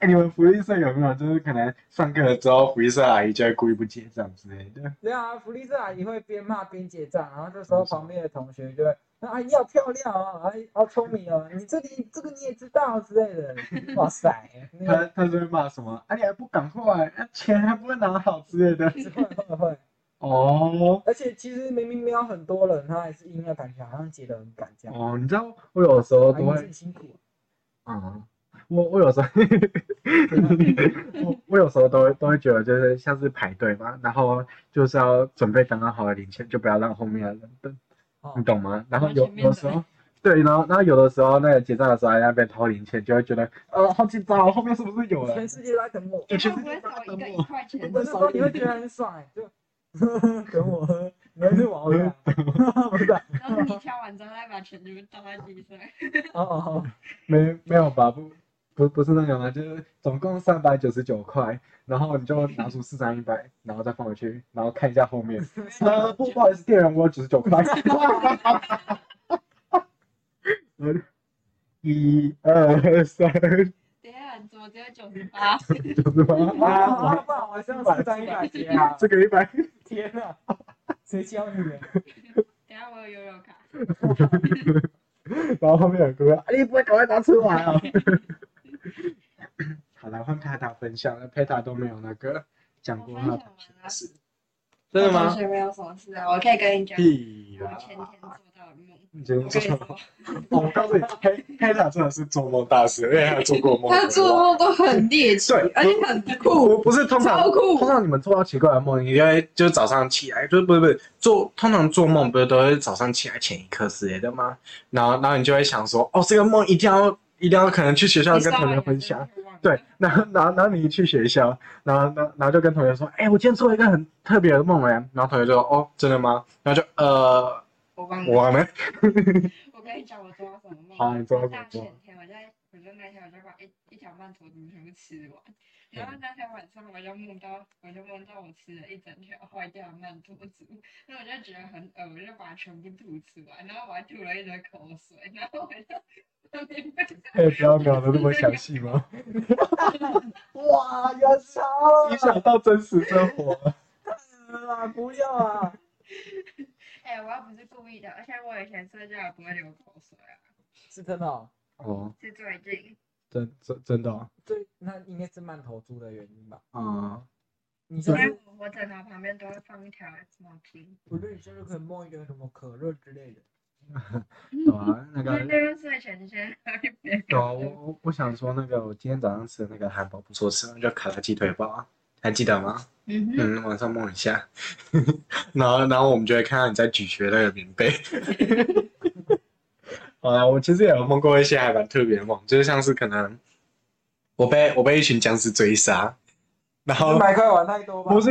Speaker 5: 哎、你们福利社有没有就是可能上课了之后，福利社阿姨就会故意不结账之类的？
Speaker 3: 对啊，福利社阿姨会边骂边结账，然后这时候旁边的同学就会。阿姨好漂亮哦，阿姨好聪明哦，你这里这个你也知道之类的，哇塞，那
Speaker 5: 他
Speaker 3: 个
Speaker 5: 他就会骂什么？啊，你还不赶快，啊，钱还不会拿好之类的。
Speaker 3: 会会会，
Speaker 5: 哦
Speaker 3: 而且其实明明没有很多人，他还是硬要感觉好像结得很赶这样，
Speaker 5: 哦，你知道我有时候
Speaker 3: 阿
Speaker 5: 都
Speaker 3: 姨
Speaker 5: 会
Speaker 3: 很，辛苦，
Speaker 5: 嗯，我我有时候， 我我有时候都会都会觉得就是像是排队嘛，然后就是要准备刚刚好的零钱，就不要让后面的人等。
Speaker 3: 哦
Speaker 5: 你懂吗？然后
Speaker 4: 然后
Speaker 5: 有
Speaker 4: 前面
Speaker 5: 有
Speaker 4: 的
Speaker 5: 时候，对，然后然后有的时候那个结账的时候还在那边掏零钱，就会觉得呃好紧张哦，后面是不是有人
Speaker 3: 全？世界都在等我。
Speaker 5: 就全
Speaker 4: 会
Speaker 5: 世界
Speaker 4: 不会
Speaker 5: 都在
Speaker 4: 少一
Speaker 5: 等
Speaker 4: 个一
Speaker 5: 我，
Speaker 4: 块钱？
Speaker 3: 那时候你会觉得很爽哎、就 等我喝，你要去玩我干嘛不是啊、
Speaker 4: 然后你挑完之后再把钱全部倒在地上。
Speaker 3: 哦哦
Speaker 5: 没没有吧？不不不是那个吗？就是总共三百九十九块，然后你就拿出四张一百，然后再放回去，然后看一下后面。呃，不不好意思，店员，我有九十九块。我一二三，
Speaker 4: 等一下，怎么只有九十八？
Speaker 5: 就是
Speaker 3: 哦，
Speaker 5: 吗？
Speaker 3: 啊，
Speaker 5: 啊，
Speaker 3: 好棒！晚上四张一百结啊！
Speaker 5: 这个一百。
Speaker 3: 天啊，谁教你的？
Speaker 4: 等一下我有悠悠卡，
Speaker 5: 哎然后后面有个哥哥，啊你不会赶快拿出来啊？好来换佩塔分享了，佩塔都没有那个讲
Speaker 4: 我
Speaker 5: 过
Speaker 4: 分
Speaker 5: 他
Speaker 4: 享
Speaker 5: 的
Speaker 4: 完了，
Speaker 5: 事，真的
Speaker 4: 啊我
Speaker 5: 吗
Speaker 4: 同？学没有什么事啊，我可以跟你讲，
Speaker 5: 屁
Speaker 4: 我
Speaker 5: 啦！
Speaker 4: 前天做到的梦。
Speaker 5: 你觉得
Speaker 4: 我
Speaker 5: 做
Speaker 4: 跟你
Speaker 5: 什么？
Speaker 4: 说，
Speaker 5: 我告诉你，佩佩塔真的是做梦大师，因为他做过梦。
Speaker 6: 他做梦都很猎奇，
Speaker 5: 对
Speaker 6: 而且很酷。
Speaker 5: 我不是通常
Speaker 6: 超酷
Speaker 5: 通常你们做到奇怪的梦，你就会就是早上起来，就是不是不是做通常做梦不是都会早上起来前一刻之类的吗？然后然后你就会想说，哦，这个梦一定要一定要可能去学校
Speaker 4: 你
Speaker 5: 跟
Speaker 4: 上
Speaker 5: 同
Speaker 4: 完
Speaker 5: 学
Speaker 4: 有
Speaker 5: 分
Speaker 4: 跟
Speaker 5: 享。
Speaker 4: 我忘了
Speaker 5: 对，然后然后然后你一去学校，然后然后然后就跟同学说，哎、我今天做了一个很特别的梦哎，然后同学就说，哦，真的吗？然后就呃，
Speaker 4: 我忘了。
Speaker 5: 我还没，
Speaker 4: 我跟你讲，我做到什么梦？
Speaker 5: 好你做到什么
Speaker 4: 大
Speaker 5: 梦
Speaker 4: 前天，我在，我就那天我就把一一条曼陀珠全部吃完，然后那天晚上我就梦到，我就梦到我吃了一整条坏掉的曼陀珠，那我就觉得很恶，我就把它全部吐出来，然后我还吐了一堆口水，然后我就我就 被
Speaker 5: 可哎以不要描的那么详细吗？
Speaker 3: 哇，有超
Speaker 5: 影响到真实生活。
Speaker 3: 啊！不要啊！
Speaker 4: 哎、我又不是故意的，而且我以前睡觉也不会流口水啊，
Speaker 3: 是真的、哦，
Speaker 5: 哦，
Speaker 4: 是最近
Speaker 5: 真真真的哦
Speaker 3: 对，那应该是慢头猪的原因吧？
Speaker 5: 啊、
Speaker 3: 你
Speaker 4: 因
Speaker 3: 像
Speaker 4: 为
Speaker 3: 是
Speaker 4: 我我枕头旁边都会放一条毛巾，
Speaker 3: 不是，就是可以梦一个什么可乐之类的。
Speaker 5: 对啊，那
Speaker 4: 因为
Speaker 5: 个
Speaker 4: 那个睡 前先喝一杯
Speaker 5: 对啊，
Speaker 4: 口
Speaker 5: 我
Speaker 4: 水。
Speaker 5: 我我想说那个，我今天早上吃的那个汉堡不错吃，叫卡拉鸡腿堡，啊还记得吗？
Speaker 4: 嗯哼。
Speaker 5: 嗯，晚上梦一下， 然后然后我们就会看到你在咀嚼那个棉被。 好啦，我其实也有梦过一些还蛮特别的梦，就是像是可能我被我被一群僵尸追杀，然后
Speaker 3: 买块玩太多吧？
Speaker 5: 不，是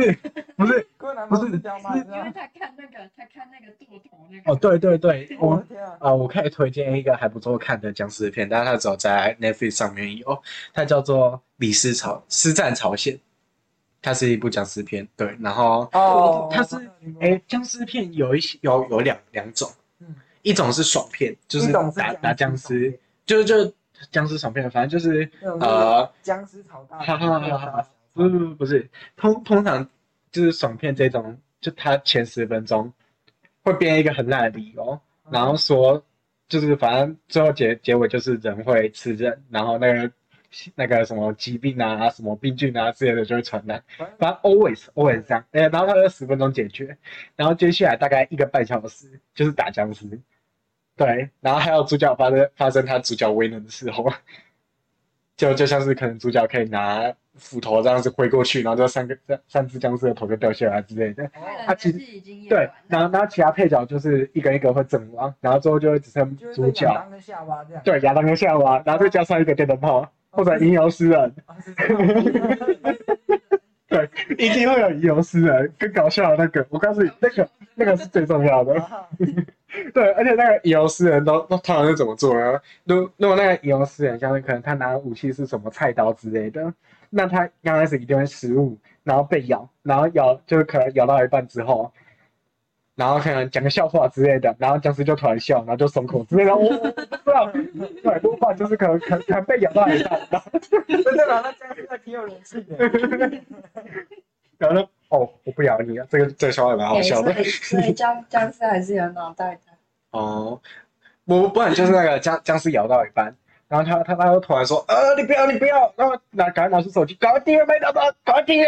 Speaker 5: 不是
Speaker 3: 柯南
Speaker 5: 不是
Speaker 3: 不是这样卖
Speaker 4: 因为
Speaker 3: 的。
Speaker 4: 他看那个，他看那个剁头那个。
Speaker 5: 哦，对对对，
Speaker 3: 我
Speaker 5: 我
Speaker 3: 的天啊！
Speaker 5: 啊、我可以推荐一个还不错看的僵尸片，但是它只有在 Netflix 上面有，它叫做《李斯朝师战朝鲜》，它是一部僵尸片，对，然后
Speaker 3: 哦，
Speaker 5: 它是哎、僵尸片有一些有有两两种，
Speaker 3: 嗯
Speaker 5: 一种是爽片，就是
Speaker 3: 一种是
Speaker 5: 打
Speaker 3: 僵尸
Speaker 5: 打僵
Speaker 3: 爽
Speaker 5: 尸
Speaker 3: 片，
Speaker 5: 就就僵尸爽片，反正就是
Speaker 3: 那种就是
Speaker 5: 呃，
Speaker 3: 僵尸炒大
Speaker 5: 哈哈哈哈不不不不是，通通常就是爽片这种，就它前十分钟会编一个很烂的理由，然后说就是反正最后结结尾就是人会吃人，然后那个那个什么疾病啊、什么病菌啊之类的就会传染，反正 always always 这样，哎，然后他就十分钟解决，然后接下来大概一个半小时就是打僵尸，对，然后还有主角发生发生他主角威能的时候，就就像是可能主角可以拿斧头这样子挥过去，然后就三个三三只僵尸的头就掉下来之类的，
Speaker 4: 坏人
Speaker 5: 他
Speaker 4: 的
Speaker 5: 其实
Speaker 4: 事已经演
Speaker 5: 对
Speaker 3: 啊
Speaker 4: 完，
Speaker 5: 然
Speaker 4: 了。
Speaker 5: 后然后其他配角就是一个一个会阵亡，然后最后就会只剩
Speaker 3: 就是
Speaker 5: 主
Speaker 3: 被亚
Speaker 5: 角，
Speaker 3: 当跟夏娃这样。
Speaker 5: 对，亚当跟夏娃，然后再加上一个电灯
Speaker 3: 哦
Speaker 5: 泡或者吟游诗人，
Speaker 3: 啊是这样
Speaker 5: 对，一定会有吟游诗人，更搞笑的那个，我告诉你，那个那个是最重要 的。
Speaker 3: 啊
Speaker 5: 对，而且那个吟游诗人都都通常是怎么做呢？如如果那个吟游诗人，像是可能他拿的武器是什么菜刀之类的，那他刚开始一定会失误，然后被咬，然后咬就是可能咬到一半之后，然后可能讲个笑话之类的，然后僵尸就突然笑，然后就松口之类的。我我我不知道，对，不话就是可能可能可能被咬到一半，然后
Speaker 3: 真的吧？那僵尸还挺有人气的。
Speaker 5: 然后就哦，我不咬你了，这个这个笑话也蛮好
Speaker 4: 哎
Speaker 5: 笑的。
Speaker 4: 所以所以僵僵尸还是有脑袋 的。
Speaker 5: 哦，不不然就是那个僵僵尸咬到一半，然后他他他又突然说，呃，你不要你不要，然后拿赶快拿出手机，赶快订阅麦当劳，赶快订阅，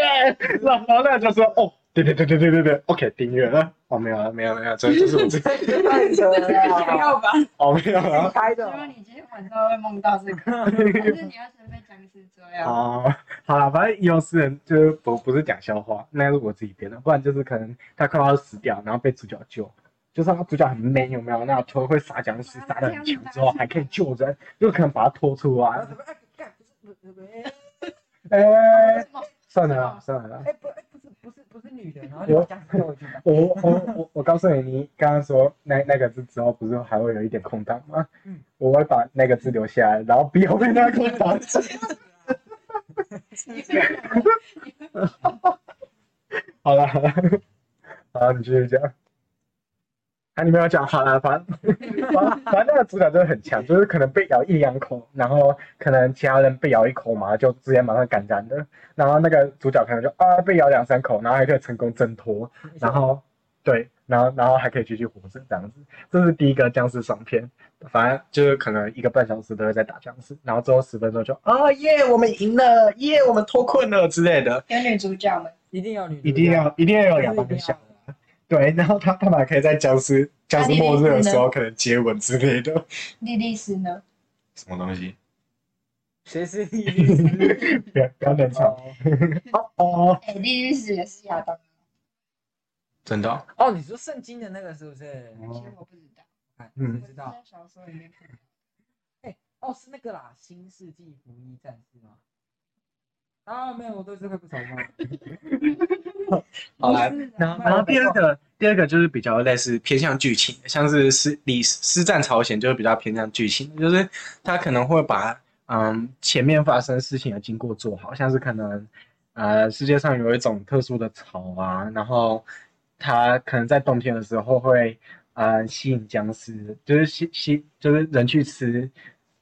Speaker 5: 然后然后那个就说，哦，对对对对对对对，OK，订阅了，哦没有了没有没有，这就是我自己，
Speaker 3: 太扯了，
Speaker 6: 要吧？
Speaker 5: 哦没有
Speaker 3: 谁
Speaker 5: 了，
Speaker 3: 开
Speaker 4: 希
Speaker 3: 的？
Speaker 4: 望你今天晚上会梦到这 个，但是你要先被僵尸追啊！
Speaker 5: 哦，好了，反正有私人就是不不是讲笑话，那是我自己编的，不然就是可能他快要死掉，然后被主角救。就是他主角很 man 有没有？那拖会杀僵尸，杀的很强之后还可以救人，就可能把他拖出来
Speaker 3: 啊。怎么哎干不是不是不是
Speaker 5: 哎、
Speaker 4: 为什么
Speaker 5: 算了啦，算了啦。
Speaker 3: 哎不哎不是不是不是女的，然后你把僵尸丢回去吧。
Speaker 5: 我我我我告诉你，你刚刚说那那个字之后，不是还会有一点空档吗？
Speaker 3: 嗯
Speaker 5: 我会把那个字留下来，然后不要被那个空档吃。好了好了，好，你继续讲。啊，你没有讲好了，反正反正反正那个主角就是很强，就是可能被咬一两口，然后可能其他人被咬一口嘛，就直接马上感染了。然后那个主角可能就啊被咬两三口，然后还可以成功挣脱，然后对，然后然后还可以继续活着这样子，这是第一个僵尸爽片，反正就是可能一个半小时都会在打僵尸，然后最后十分钟就啊耶，我们赢了，耶，我们脱困了之类的，
Speaker 4: 有女主角吗？
Speaker 7: 一定要女主角，
Speaker 5: 一定要一定要有两
Speaker 7: 这
Speaker 5: 方
Speaker 7: 是
Speaker 5: 面
Speaker 7: 一定要
Speaker 5: 想
Speaker 7: 的，
Speaker 5: 对，啊然后他他们还可以在僵尸僵尸末日的时候可能接吻之类的，
Speaker 4: 莉莉丝呢？
Speaker 5: 什么东西？
Speaker 7: 谁是莉莉丝？
Speaker 5: 不要不要冷场
Speaker 7: 哦
Speaker 5: 哦哦，
Speaker 4: 哎、莉莉丝也是亚当，
Speaker 5: 真的哦，
Speaker 7: 哦，你说圣经的那个是不是？
Speaker 4: 其实我不知道，
Speaker 5: 嗯
Speaker 7: 不知道
Speaker 4: 我是在小说里面看到。
Speaker 7: 哦，是那个啦，《新世纪福音战士》吗？啊，没有，我对这个不熟 吗？
Speaker 5: 好来
Speaker 4: 不是啊
Speaker 5: 然后，然后第二个，第二个就是比较类似偏向剧情的，像是师李师战朝鲜就是比较偏向剧情，就是他可能会把嗯前面发生事情的经过做好，像是可能呃世界上有一种特殊的草啊，然后它可能在冬天的时候会呃吸引僵尸，就是吸吸就是人去吃，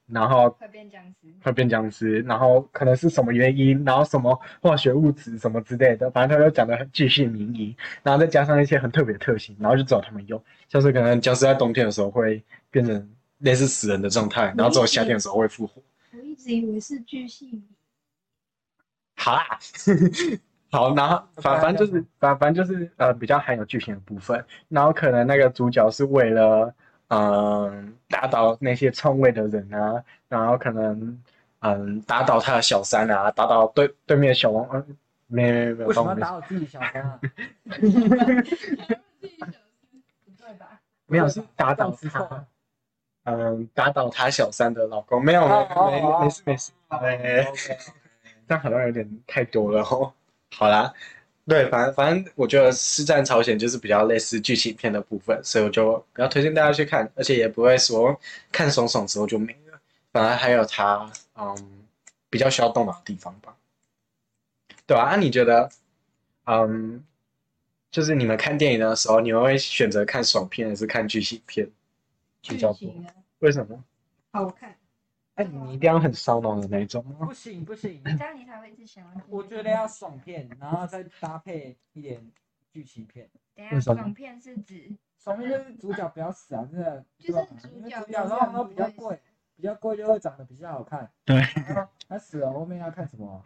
Speaker 5: 然后
Speaker 4: 会变僵尸。
Speaker 5: 会变僵尸，然后可能是什么原因，然后什么化学物质什么之类的，反正他就讲的很巨细靡遗，然后再加上一些很特别的特性，然后就找他们用，像是可能僵尸在冬天的时候会变成类似死人的状态，然后只有夏天的时候会复活。
Speaker 6: 我一直以为是巨细靡
Speaker 5: 好啦，好，然后反反正就是反反正就是呃比较含有剧情的部分，然后可能那个主角是为了嗯、打倒那些篡位的人啊，然后可能嗯打倒他的小三啊，打倒对对面的小王，嗯、没没没没有
Speaker 7: 为什
Speaker 5: 帮我
Speaker 7: 么要
Speaker 5: 没
Speaker 7: 打我自己小三啊？
Speaker 4: 对吧？
Speaker 5: 没有是打倒
Speaker 7: 这样子啊错
Speaker 5: 他，嗯打倒他小三的老公，没有没没没事没事，哎。
Speaker 7: OK，
Speaker 5: 这样好像有点太多了哦。好啦，对，反正反正我觉得《师战朝鲜》就是比较类似剧情片的部分，所以我就比较推荐大家去看，而且也不会说看爽爽之后就没了，反而还有它嗯比较需要动脑的地方吧。对啊，那、你觉得嗯，就是你们看电影的时候，你们会选择看爽片还是看剧情片比
Speaker 4: 剧
Speaker 5: 较多？
Speaker 4: 情啊，
Speaker 5: 为什么？
Speaker 4: 好看，
Speaker 5: 哎、你一定要很烧脑的那一种吗？
Speaker 7: 不行不行，
Speaker 4: 这样你才会一直想要。
Speaker 7: 我觉得要爽片，然后再搭配一点剧情片。
Speaker 4: 等
Speaker 5: 为什
Speaker 4: 一下
Speaker 5: 么
Speaker 4: 爽片是指
Speaker 7: 爽片就是主角不要死啊，真的，
Speaker 6: 就是
Speaker 7: 对吧
Speaker 6: 主
Speaker 7: 因为
Speaker 6: 角
Speaker 7: 主角
Speaker 6: 永
Speaker 7: 然
Speaker 6: 远
Speaker 7: 后都
Speaker 6: 不
Speaker 7: 比较
Speaker 6: 会死
Speaker 7: 贵，比较贵就会长得比较好看。
Speaker 5: 对
Speaker 7: 然后他死了后面要看什么啊？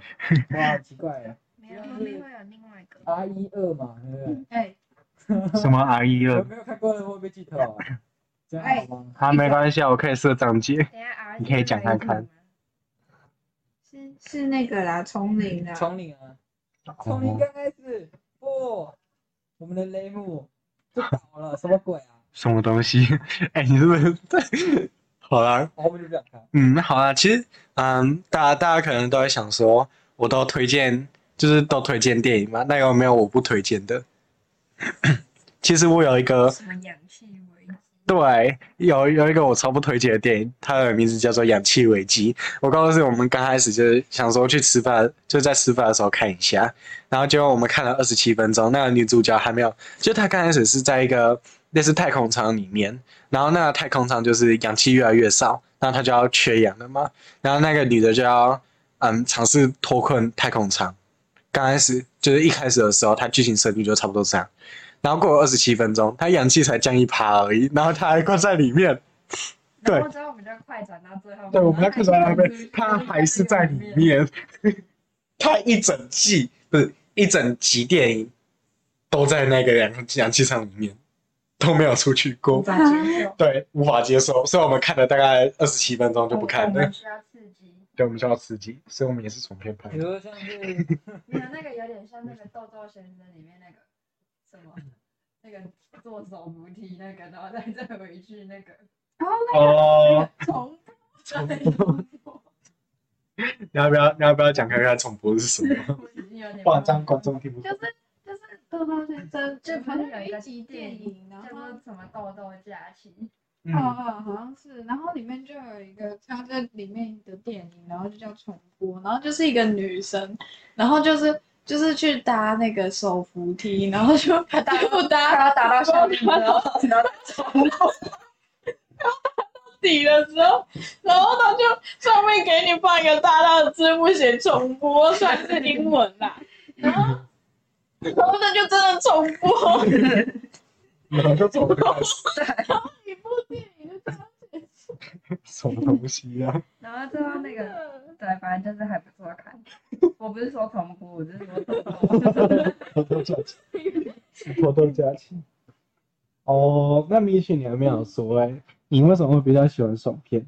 Speaker 7: 哇，好奇怪啊！
Speaker 4: 没有，后面会有另外一个。
Speaker 7: R 一二嘛，对不
Speaker 5: 嗯
Speaker 7: 对？
Speaker 4: 哎，
Speaker 5: 什么 R 一
Speaker 7: 我没有看过的会被剧透啊，这样好吗？
Speaker 5: 好，没关系啊，我可以设章节。
Speaker 4: 等一下 R
Speaker 5: 你可以讲看看。
Speaker 6: 是是那个啦，丛林啦，
Speaker 7: 丛林啊，
Speaker 5: 哦
Speaker 7: 丛林刚开始，哦，我们的雷姆就倒 了，什么鬼啊？
Speaker 5: 什么东西？ 哎、你是不是？ 好啦，
Speaker 7: 哦我后面就不想看。
Speaker 5: 嗯，好啦，其实，嗯，大家大家可能都在想说，我都推荐，就是都推荐电影嘛，那有没有我不推荐的？ 其实我有一个，
Speaker 4: 什么氧气危机？
Speaker 5: 对，有有一个我超不推荐的电影，它的名字叫做《氧气危机》。我告诉你，我们刚开始就是想说去吃饭，就在吃饭的时候看一下，然后结果我们看了二十七分钟，那个女主角还没有，就她刚开始是在一个类似太空舱里面，然后那个太空舱就是氧气越来越少，然后她就要缺氧了嘛，然后那个女的就要嗯尝试脱困太空舱。刚开始就是一开始的时候，它剧情设定就差不多这样。然后过了二十七分钟，他氧气才降一趴而已，然后他还关在里面。对
Speaker 4: 然后之后我们就快转到最后。
Speaker 5: 对，我们要看到他
Speaker 4: 然后还
Speaker 5: 被，他还是在里。面。 他一整季不是一整集电影都在那个氧氧气舱里面，都没有出去过。
Speaker 4: 法接受。
Speaker 5: 对，无法接受，所以我们看了大概二十七分钟就不看
Speaker 4: 我
Speaker 5: 了
Speaker 4: 们。需要刺激。
Speaker 5: 对，我们需要刺激，所以我们也是从片拍
Speaker 7: 比
Speaker 5: 的
Speaker 7: 如。说像是
Speaker 4: 没有那个有点像那个《豆豆先生》里面那个什么，那个坐手扶梯那个，然后再再回去那个。
Speaker 5: 哦，
Speaker 4: 重
Speaker 5: 重播。 你要不要你要不要讲看看重播是什 么？
Speaker 4: 我已经有点
Speaker 5: 不然这样观众听不懂。
Speaker 6: 就是豆豆先生，
Speaker 4: 就
Speaker 6: 好像有
Speaker 4: 有
Speaker 6: 一
Speaker 4: 一
Speaker 6: 集
Speaker 4: 集
Speaker 6: 电
Speaker 4: 电
Speaker 6: 影
Speaker 4: 影，
Speaker 6: 然
Speaker 4: 叫
Speaker 6: 后
Speaker 4: 做什么豆豆假期，
Speaker 5: 嗯
Speaker 6: 啊啊，好像是，然后里面就有一个他在里面的电影，然后就叫重播，然后就是一个女生，然后就是就是去搭那个手扶梯，然后就就搭
Speaker 4: 然后打到下面之后，然后
Speaker 6: 底的时候，然后他就上面给你放一个大大的字幕写重播，虽然是英文啦，然后然后他就真的重播，
Speaker 5: 然后就从这开始，
Speaker 6: 一部电影就这样结束
Speaker 5: 什么东西啊？
Speaker 4: 然后最后那个
Speaker 6: 了。
Speaker 4: 对，反正就是还不错看。我不是说重复，我就是说重复。
Speaker 5: 偷偷加钱，偷偷加钱。哦，那米雪你还没有说哎、你为什么会比较喜欢爽片？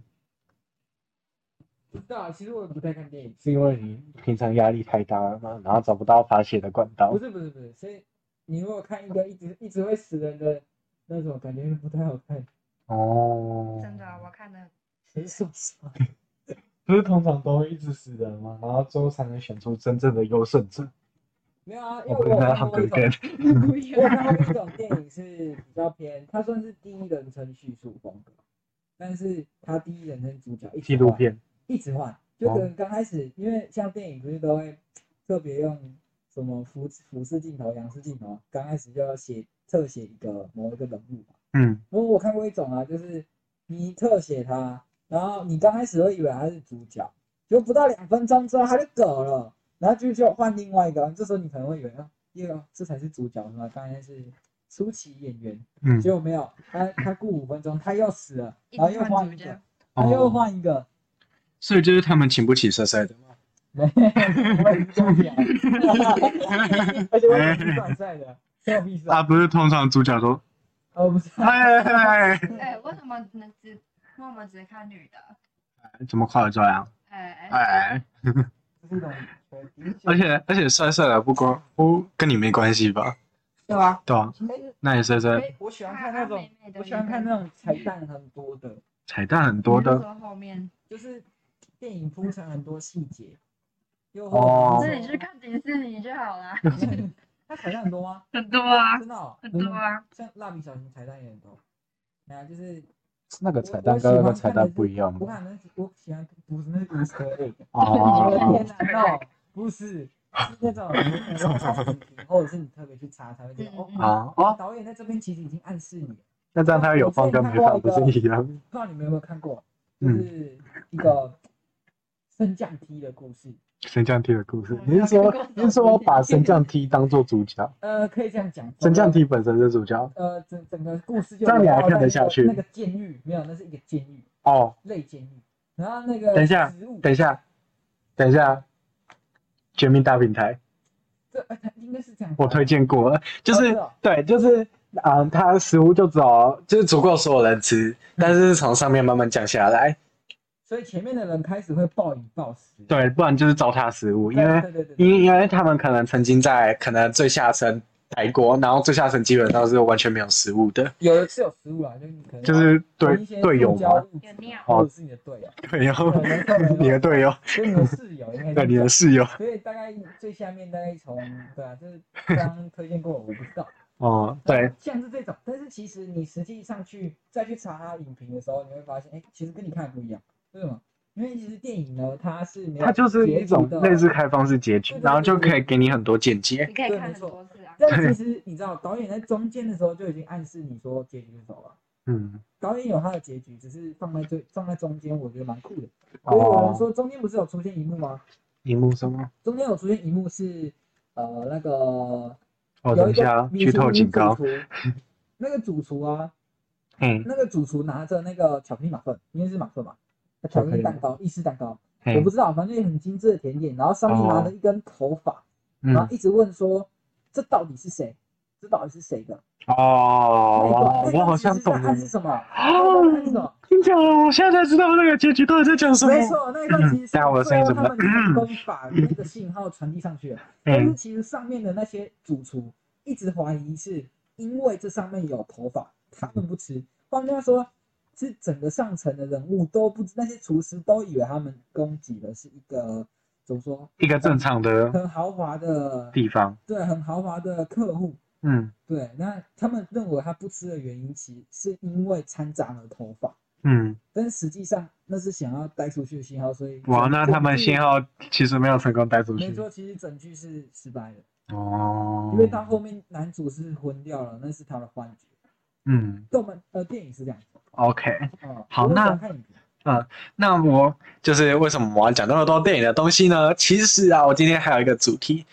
Speaker 7: 不知道，其实我不太看电影。
Speaker 5: 是因为你平常压力太大了吗？然后找不到发泄的管道
Speaker 7: 不？是不是不是，所以你如果看一个一直一直会死人的那种，感觉不太好看，
Speaker 5: 哦，
Speaker 4: 真的，啊我看的
Speaker 7: 很受伤。
Speaker 5: 不是通常都会一直死人吗？然后最后才能选出真正的优胜者。
Speaker 7: 没有啊，因
Speaker 5: 我哦不
Speaker 7: 为我
Speaker 5: 是
Speaker 7: 有
Speaker 5: 在
Speaker 7: 看
Speaker 5: 唱
Speaker 7: 过
Speaker 5: 歌
Speaker 7: 一种，
Speaker 5: 跟
Speaker 4: 不一
Speaker 7: 我有
Speaker 4: 样。
Speaker 7: 看过一种电影是比较偏，它算是第一人称叙述风格，但是它第一人称主角一直
Speaker 5: 纪录
Speaker 7: 换，
Speaker 5: 片。
Speaker 7: 一直换，就
Speaker 5: 哦
Speaker 7: 可能刚开始，因为像电影不是都会特别用什么俯俯视镜头、仰视镜头，啊刚开始就要写特写一个某一个人物嘛。
Speaker 5: 嗯，
Speaker 7: 如果我看过一种啊，就是你特写他，然后你刚开始会以为他是主角，结果不到两分钟之后他就嗝了，然后就就换另外一个，这时候你可能会以为啊，耶，这才是主角是吧？刚才是初期演员，
Speaker 5: 嗯
Speaker 7: 结果没有，他他过五分钟他又死了，
Speaker 4: 一
Speaker 7: 然后
Speaker 4: 直
Speaker 7: 又
Speaker 4: 换
Speaker 7: 换
Speaker 4: 主
Speaker 7: 一
Speaker 4: 角
Speaker 7: 个，
Speaker 3: 哎
Speaker 7: 他又换一个，
Speaker 5: 哦所以就是他们请不起色色的嘛。
Speaker 7: 没，我也是这样讲，而且我也是转赛的，没有比赛，
Speaker 5: 啊，不是通常主角说，
Speaker 7: 哦不是，
Speaker 5: 哎哎哎，
Speaker 4: 哎，为什么能只为什么只看女的？
Speaker 5: 怎么夸得这样？
Speaker 4: 哎，
Speaker 5: 哎，
Speaker 7: 这是一种呃的确
Speaker 5: 而且而且帅帅的不光不跟你没关系吧？
Speaker 7: 对吧？
Speaker 5: 对啊，那你帅帅
Speaker 7: 哎，我喜欢看那种，
Speaker 4: 妹妹的
Speaker 7: 我喜欢看
Speaker 4: 嗯
Speaker 7: 那种彩蛋很多的，
Speaker 5: 彩蛋很多的，
Speaker 4: 说后面，
Speaker 7: 就是电影铺陈很多细节，又
Speaker 5: 哦
Speaker 4: 这你去看迪士尼就好了。
Speaker 7: 它彩蛋很多吗？
Speaker 4: 很多啊，
Speaker 7: 真的哦，
Speaker 4: 很多啊。
Speaker 7: 像蜡笔小新彩蛋也很多，哎呀，就是
Speaker 5: 那个
Speaker 7: 我
Speaker 5: 彩蛋
Speaker 7: 我
Speaker 5: 跟
Speaker 7: 喜
Speaker 5: 那个
Speaker 7: 欢
Speaker 5: 彩
Speaker 7: 看
Speaker 5: 蛋
Speaker 7: 的
Speaker 5: 不
Speaker 7: 是
Speaker 5: 一样
Speaker 7: 我
Speaker 5: 吧？
Speaker 7: 看那是我喜欢不是那是 Easter egg。
Speaker 5: 哦
Speaker 7: 我的
Speaker 5: 哦
Speaker 7: 天哪，那不是是那种你可能看视频，或者是你特别去查才会知道。 哦
Speaker 4: 嗯嗯
Speaker 5: 哦哦，
Speaker 7: 导演在这边其实已经暗示你，
Speaker 5: 那这样他有放跟没放不是一样？
Speaker 7: 不知道你们有没有看过，就
Speaker 5: 嗯
Speaker 7: 是一个升降梯的故事。
Speaker 5: 升降梯的故事，你是说你是说把升降梯当做主角，
Speaker 7: 呃，可以这样讲，
Speaker 5: 升降梯本身是主角？
Speaker 7: 呃整整个故事就
Speaker 5: 这样你还
Speaker 7: 围绕
Speaker 5: 看得
Speaker 7: 在
Speaker 5: 下
Speaker 7: 那个
Speaker 5: 去
Speaker 7: 那个监狱没有，那是一个监狱
Speaker 5: 哦，
Speaker 7: 类监狱。然后那个
Speaker 5: 等一下
Speaker 7: 植物，
Speaker 5: 等一下，等一下，《绝命大平台》
Speaker 7: 这呃它应该是这样。
Speaker 5: 我推荐过了，就
Speaker 7: 哦
Speaker 5: 是
Speaker 7: 是哦
Speaker 5: 对，就是嗯，它食物就只有就是足够所有人吃，但是是从上面慢慢降下来，
Speaker 7: 所以前面的人开始会暴饮暴食。
Speaker 5: 对，不然就是糟蹋食物，因
Speaker 7: 对，
Speaker 5: 为
Speaker 7: 对对对对，
Speaker 5: 因因为他们可能曾经在可能最下层待过，然后最下层基本上是完全没有食物的，
Speaker 7: 有的是有食物啊，就是你可能
Speaker 5: 就是
Speaker 7: 对
Speaker 5: 队队友嘛，
Speaker 4: 有尿
Speaker 7: 或者是你的队友，
Speaker 5: 队友，
Speaker 7: 可能可能
Speaker 5: 你的队友，
Speaker 7: 跟你的室友应该
Speaker 5: 对，
Speaker 7: 是
Speaker 5: 你的室友，
Speaker 7: 所以大概最下面大概从对啊，就是刚刚推荐过，我不知道。
Speaker 5: 哦，对，，
Speaker 7: 像是这种，但是其实你实际上去再去查它影评的时候，你会发现，哎、其实跟你看的不一样，为什么？因为其实电影呢，它是没有
Speaker 5: 它就是
Speaker 7: 结
Speaker 5: 一
Speaker 7: 局
Speaker 5: 种
Speaker 7: 的
Speaker 5: 类似开放式结局
Speaker 7: 对，对
Speaker 5: 然后就
Speaker 7: 对对
Speaker 5: 可以给你很多见解。
Speaker 4: 你可以
Speaker 7: 对
Speaker 4: 看
Speaker 7: 没
Speaker 4: 很
Speaker 7: 错
Speaker 4: 多次 啊。
Speaker 7: 但其实你知道，导演在中间的时候就已经暗示你说结局是什么了。
Speaker 5: 嗯，
Speaker 7: 导演有他的结局，只是放在最放在中间，我觉得蛮酷的。所以有人
Speaker 5: 哦，
Speaker 7: 说中间不是有出现一幕吗？
Speaker 5: 荧幕什么？
Speaker 7: 中间有出现一幕是，呃，那个
Speaker 5: 哦，
Speaker 7: 有
Speaker 5: 等
Speaker 7: 一
Speaker 5: 一下
Speaker 7: 个，米
Speaker 5: 剧
Speaker 7: 其
Speaker 5: 透
Speaker 7: 林
Speaker 5: 警
Speaker 7: 主
Speaker 5: 告。
Speaker 7: 厨，那个主厨啊，
Speaker 5: 嗯，
Speaker 7: 那个主厨拿着那个巧克力马克，应该是马克吧？巧克力蛋糕，意式蛋糕，我
Speaker 5: 嗯
Speaker 7: 不知道，反正也很精致的甜点。然后上面拿着一根头发，然后
Speaker 5: 嗯，
Speaker 7: 一直问说：“这到底是谁？这到底是谁的？”
Speaker 5: 哦，我好像懂了啊
Speaker 7: 那一段其实。是在暗示什么？
Speaker 5: 你讲了，我现在才知道那个结局到底在讲什
Speaker 7: 那一段是什么
Speaker 5: 么。
Speaker 7: 没错，那一段其实
Speaker 5: 等
Speaker 7: 是
Speaker 5: 下嗯我的声音
Speaker 7: 最
Speaker 5: 怎
Speaker 7: 后
Speaker 5: 么
Speaker 7: 他
Speaker 5: 了
Speaker 7: 们成功把那个信号传递上去了。但是
Speaker 5: 嗯，
Speaker 7: 其实上面的那些主厨一直怀疑是因为这上面有头发，他们不吃。换句话说，是整个上层的人物都不知，那些厨师都以为他们供给的是一个怎么说
Speaker 5: 一个正常的
Speaker 7: 很豪华的，
Speaker 5: 地方。
Speaker 7: 对，很豪华的客户。
Speaker 5: 嗯
Speaker 7: 对，那他们认为他不吃的原因，其实是因为掺杂了头发，
Speaker 5: 嗯，
Speaker 7: 但实际上那是想要带出去的信号，所以
Speaker 5: 哇，
Speaker 7: 整
Speaker 5: 那他们
Speaker 7: 整剧
Speaker 5: 信号其实没有成功带出
Speaker 7: 没
Speaker 5: 去。
Speaker 7: 错，其实整句是失败的。
Speaker 5: 哦，
Speaker 8: 嗯
Speaker 7: 因为到后面男主是昏掉了，那是他的幻觉。
Speaker 5: 嗯
Speaker 7: 动漫呃电影是这样子。
Speaker 5: ，OK。
Speaker 7: 哦、
Speaker 5: 好
Speaker 7: 我会
Speaker 5: 那
Speaker 7: 想看影评
Speaker 5: 那我就是为什么我要讲那么多电影的东西呢？其实啊，我今天还有一个主题，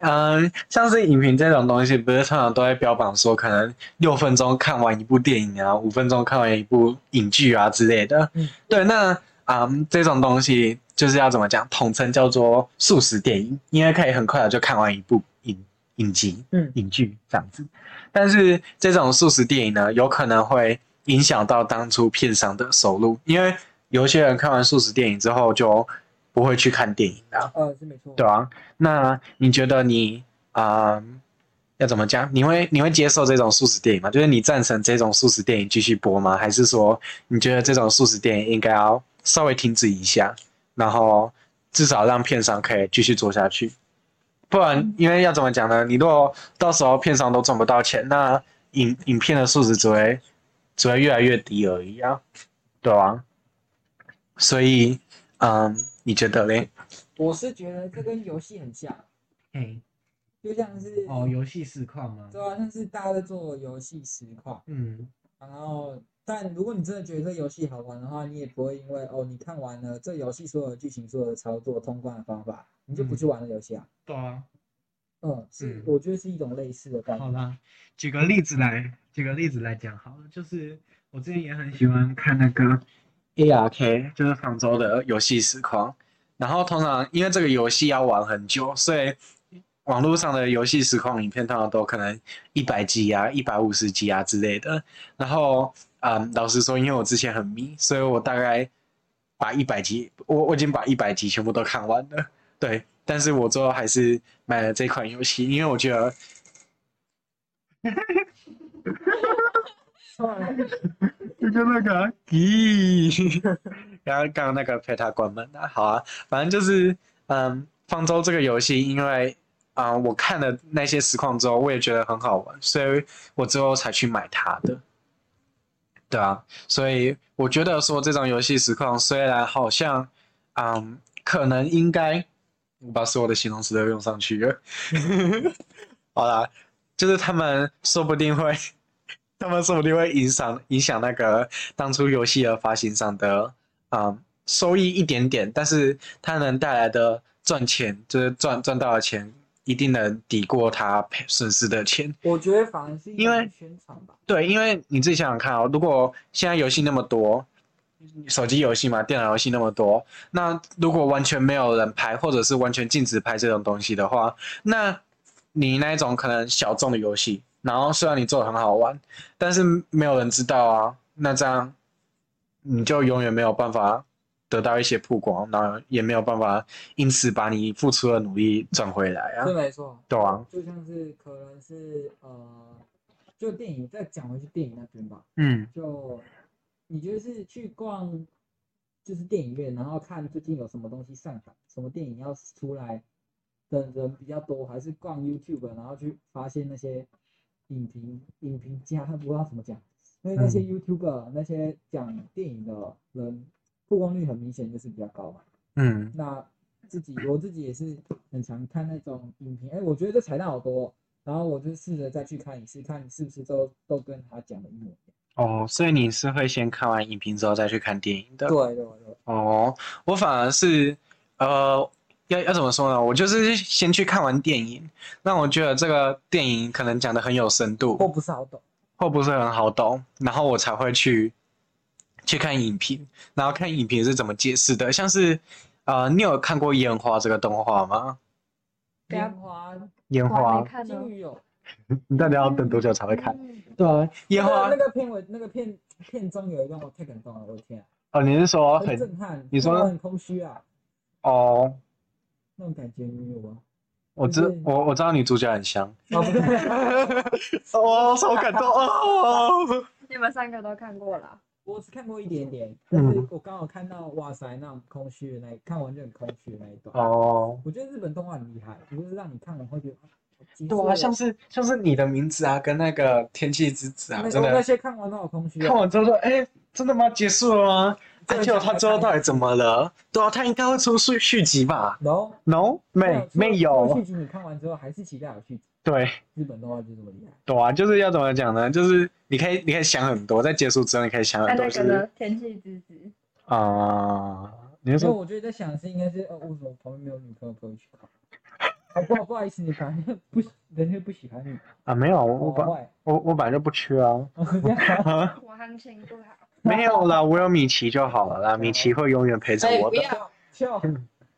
Speaker 5: 嗯，像是影评这种东西，不是通常都会标榜说，可能六分钟看完一部电影啊，五分钟看完一部影剧啊之类的。
Speaker 7: 嗯
Speaker 5: 对，那嗯，这种东西就是要怎么讲，统称叫做速食电影，因为可以很快的就看完一部影影集、
Speaker 7: 嗯
Speaker 5: 影剧这样子。但是这种速食电影呢，有可能会影响到当初片商的收入，因为有些人看完速食电影之后就不会去看电影了、
Speaker 7: 呃，是没错。
Speaker 5: 对啊，那你觉得你啊、嗯要怎么讲？你会你会接受这种素食电影吗？就是你赞成这种素食电影继续播吗？还是说你觉得这种素食电影应该要稍微停止一下，然后至少让片商可以继续做下去？不然，因为要怎么讲呢？你如果到时候片商都赚不到钱，那影影片的素质只会只会越来越低而已啊，对啊。所以，嗯，你觉得嘞？
Speaker 7: 我是觉得这跟游戏很 像，
Speaker 8: 哎，
Speaker 7: 就像是
Speaker 8: 哦，游戏实况吗？
Speaker 7: 对啊，像是大家在做游戏实况，
Speaker 8: 嗯，
Speaker 7: 然后但如果你真的觉得这游戏好玩的话，你也不会因为哦，你看完了这游戏所有的剧情、所有的操作、通关的方法，你就不去玩了游戏啊。
Speaker 8: 对啊。
Speaker 7: 嗯，是
Speaker 8: 嗯，
Speaker 7: 我觉得是一种类似的概
Speaker 8: 好
Speaker 7: 念。
Speaker 8: 啦，举个例子来，举个例子来讲好了，就是我之前也很喜欢看那个
Speaker 5: ARK 就是方舟的游戏实况，然后通常因为这个游戏要玩很久，所以网络上的游戏实况影片通常都可能一百集啊、一百五十集啊之类的。然后，嗯，老实说，因为我之前很迷，所以我大概把一百集，我我已经把一百集全部都看完了。对，但是我最后还是买了这款游戏，因为我觉得就就那个，咦，然后刚刚那个陪他关门的、好啊，反正就是，嗯，方舟这个游戏，因为，啊、我看了那些实况之后，我也觉得很好玩，所以我之后才去买它的。对啊，所以我觉得说这种游戏实况虽然好像，嗯，可能应该，我把所有的形容词都用上去了，好啦，就是他们说不定会。 他们说不定会影响影响那个当初游戏的发行商的嗯收益一点点，但是它能带来的赚钱，就是赚赚到的钱，一定能抵过它赔损失的钱。
Speaker 7: 我觉得反而是一
Speaker 5: 因为
Speaker 7: 种宣传吧。
Speaker 5: 对，因为你自己想想看哦，如果现在游戏那么多，手机游戏嘛，电脑游戏那么多，那如果完全没有人拍，或者是完全禁止拍这种东西的话，那你那一种可能小众的游戏，然后虽然你做的很好玩，但是没有人知道啊，那这样你就永远没有办法得到一些曝光，然后也没有办法因此把你付出的努力赚回来啊
Speaker 7: 是，没错，
Speaker 5: 对啊，
Speaker 7: 就像是可能是呃，就电影再讲回去电影那边吧，
Speaker 5: 嗯
Speaker 7: 就你就是去逛，就是电影院，然后看最近有什么东西上档，什么电影要出来的人比较多，还是逛 YouTube，然后去发现那些影评影评家，不知道怎么讲，因为那些 YouTuber 那些讲电影的人曝光率很明显就是比较高嘛。
Speaker 5: 嗯
Speaker 7: 那自己我自己也是很常看那种影评，哎、我觉得这彩蛋好多哦、然后我就试着再去看一次，看是不是都都跟他讲的一模一样。
Speaker 5: 哦，所以你是会先看完影评之后再去看电影的。
Speaker 7: 对对对，
Speaker 5: 哦，我反而是，呃，要要怎么说呢？我就是先去看完电影，那我觉得这个电影可能讲的很有深
Speaker 7: 我
Speaker 5: 度，
Speaker 7: 不是好懂。
Speaker 5: 或不是很好懂，然后我才会去去看影评，然后看影评是怎么解释的。像是，呃，你有看过《烟花》这个动画吗？
Speaker 4: 对啊
Speaker 7: 烟花，
Speaker 5: 烟
Speaker 4: 我还
Speaker 5: 花
Speaker 4: 没，看呢
Speaker 7: 金。鱼有。
Speaker 5: 你到底要等多久才会看？
Speaker 4: 嗯
Speaker 5: 对啊，烟
Speaker 7: 那
Speaker 5: 花
Speaker 7: 个那，个片尾那个片片中有一段我太感动了，我的天啊、
Speaker 5: 哦，你是说
Speaker 7: 很
Speaker 5: 很，
Speaker 7: 震撼，
Speaker 5: 你说
Speaker 7: 看到很空虚啊，
Speaker 5: 哦，
Speaker 7: 那种感觉你有吗？
Speaker 5: 我知
Speaker 7: 就是
Speaker 5: 我我知道女主角很香，
Speaker 7: 哦，不对，
Speaker 5: 哦，超感动哦。
Speaker 4: 你们三个都看过了，
Speaker 7: 我只看过一点点，但是我刚好看到哇塞那种空虚的那一，看完就很空虚的那一段。
Speaker 5: 哦，
Speaker 7: 我觉得日本动画很厉害，就是让你看完会觉得啊好极致
Speaker 5: 对啊，
Speaker 7: 哦
Speaker 5: 像是像是你的名字啊，跟那个天气之子啊，
Speaker 7: 那
Speaker 5: 真
Speaker 7: 那
Speaker 5: 的
Speaker 7: 些看完都好空
Speaker 3: 啊
Speaker 7: 虚
Speaker 5: 看
Speaker 7: 哦。
Speaker 5: 完之后说，哎，真的吗？结束了吗？
Speaker 7: 真
Speaker 5: 哎，
Speaker 7: 的
Speaker 5: 结果
Speaker 7: 想
Speaker 5: 他
Speaker 7: 再
Speaker 5: 最后
Speaker 7: 看
Speaker 5: 到底怎么了？对啊，他应该会出续续集吧
Speaker 7: 然后
Speaker 5: ？No，没没有啊
Speaker 7: 剧，集，你看完之后还是期待有续集。
Speaker 5: 对，
Speaker 7: 日本动画就这么厉害。
Speaker 5: 懂啊，就是要怎么讲呢？就是你可以你可以想很多，在结束之后你可以想
Speaker 9: 那
Speaker 5: 很多，
Speaker 9: 那
Speaker 4: 哎
Speaker 5: 就
Speaker 9: 个
Speaker 5: 是
Speaker 9: 呢？天气之子，
Speaker 5: 啊，你是
Speaker 7: 因为
Speaker 5: 说
Speaker 3: 哦
Speaker 7: 我觉得在想的是应该是呃，为什么旁边没有女朋友陪我去看？
Speaker 3: 还哦不好不好意思，你反正不喜人家不喜欢你，
Speaker 5: 啊，没有，
Speaker 3: 好
Speaker 5: 我本
Speaker 3: 坏，
Speaker 5: 我我本来就不缺啊，
Speaker 3: 我是这样，
Speaker 5: 啊，
Speaker 4: 我行情不好，
Speaker 5: 没有啦，我有米奇就好了啦，米奇会永远陪着
Speaker 2: 哎
Speaker 5: 我
Speaker 2: 不
Speaker 5: 的。
Speaker 2: 要
Speaker 3: 笑，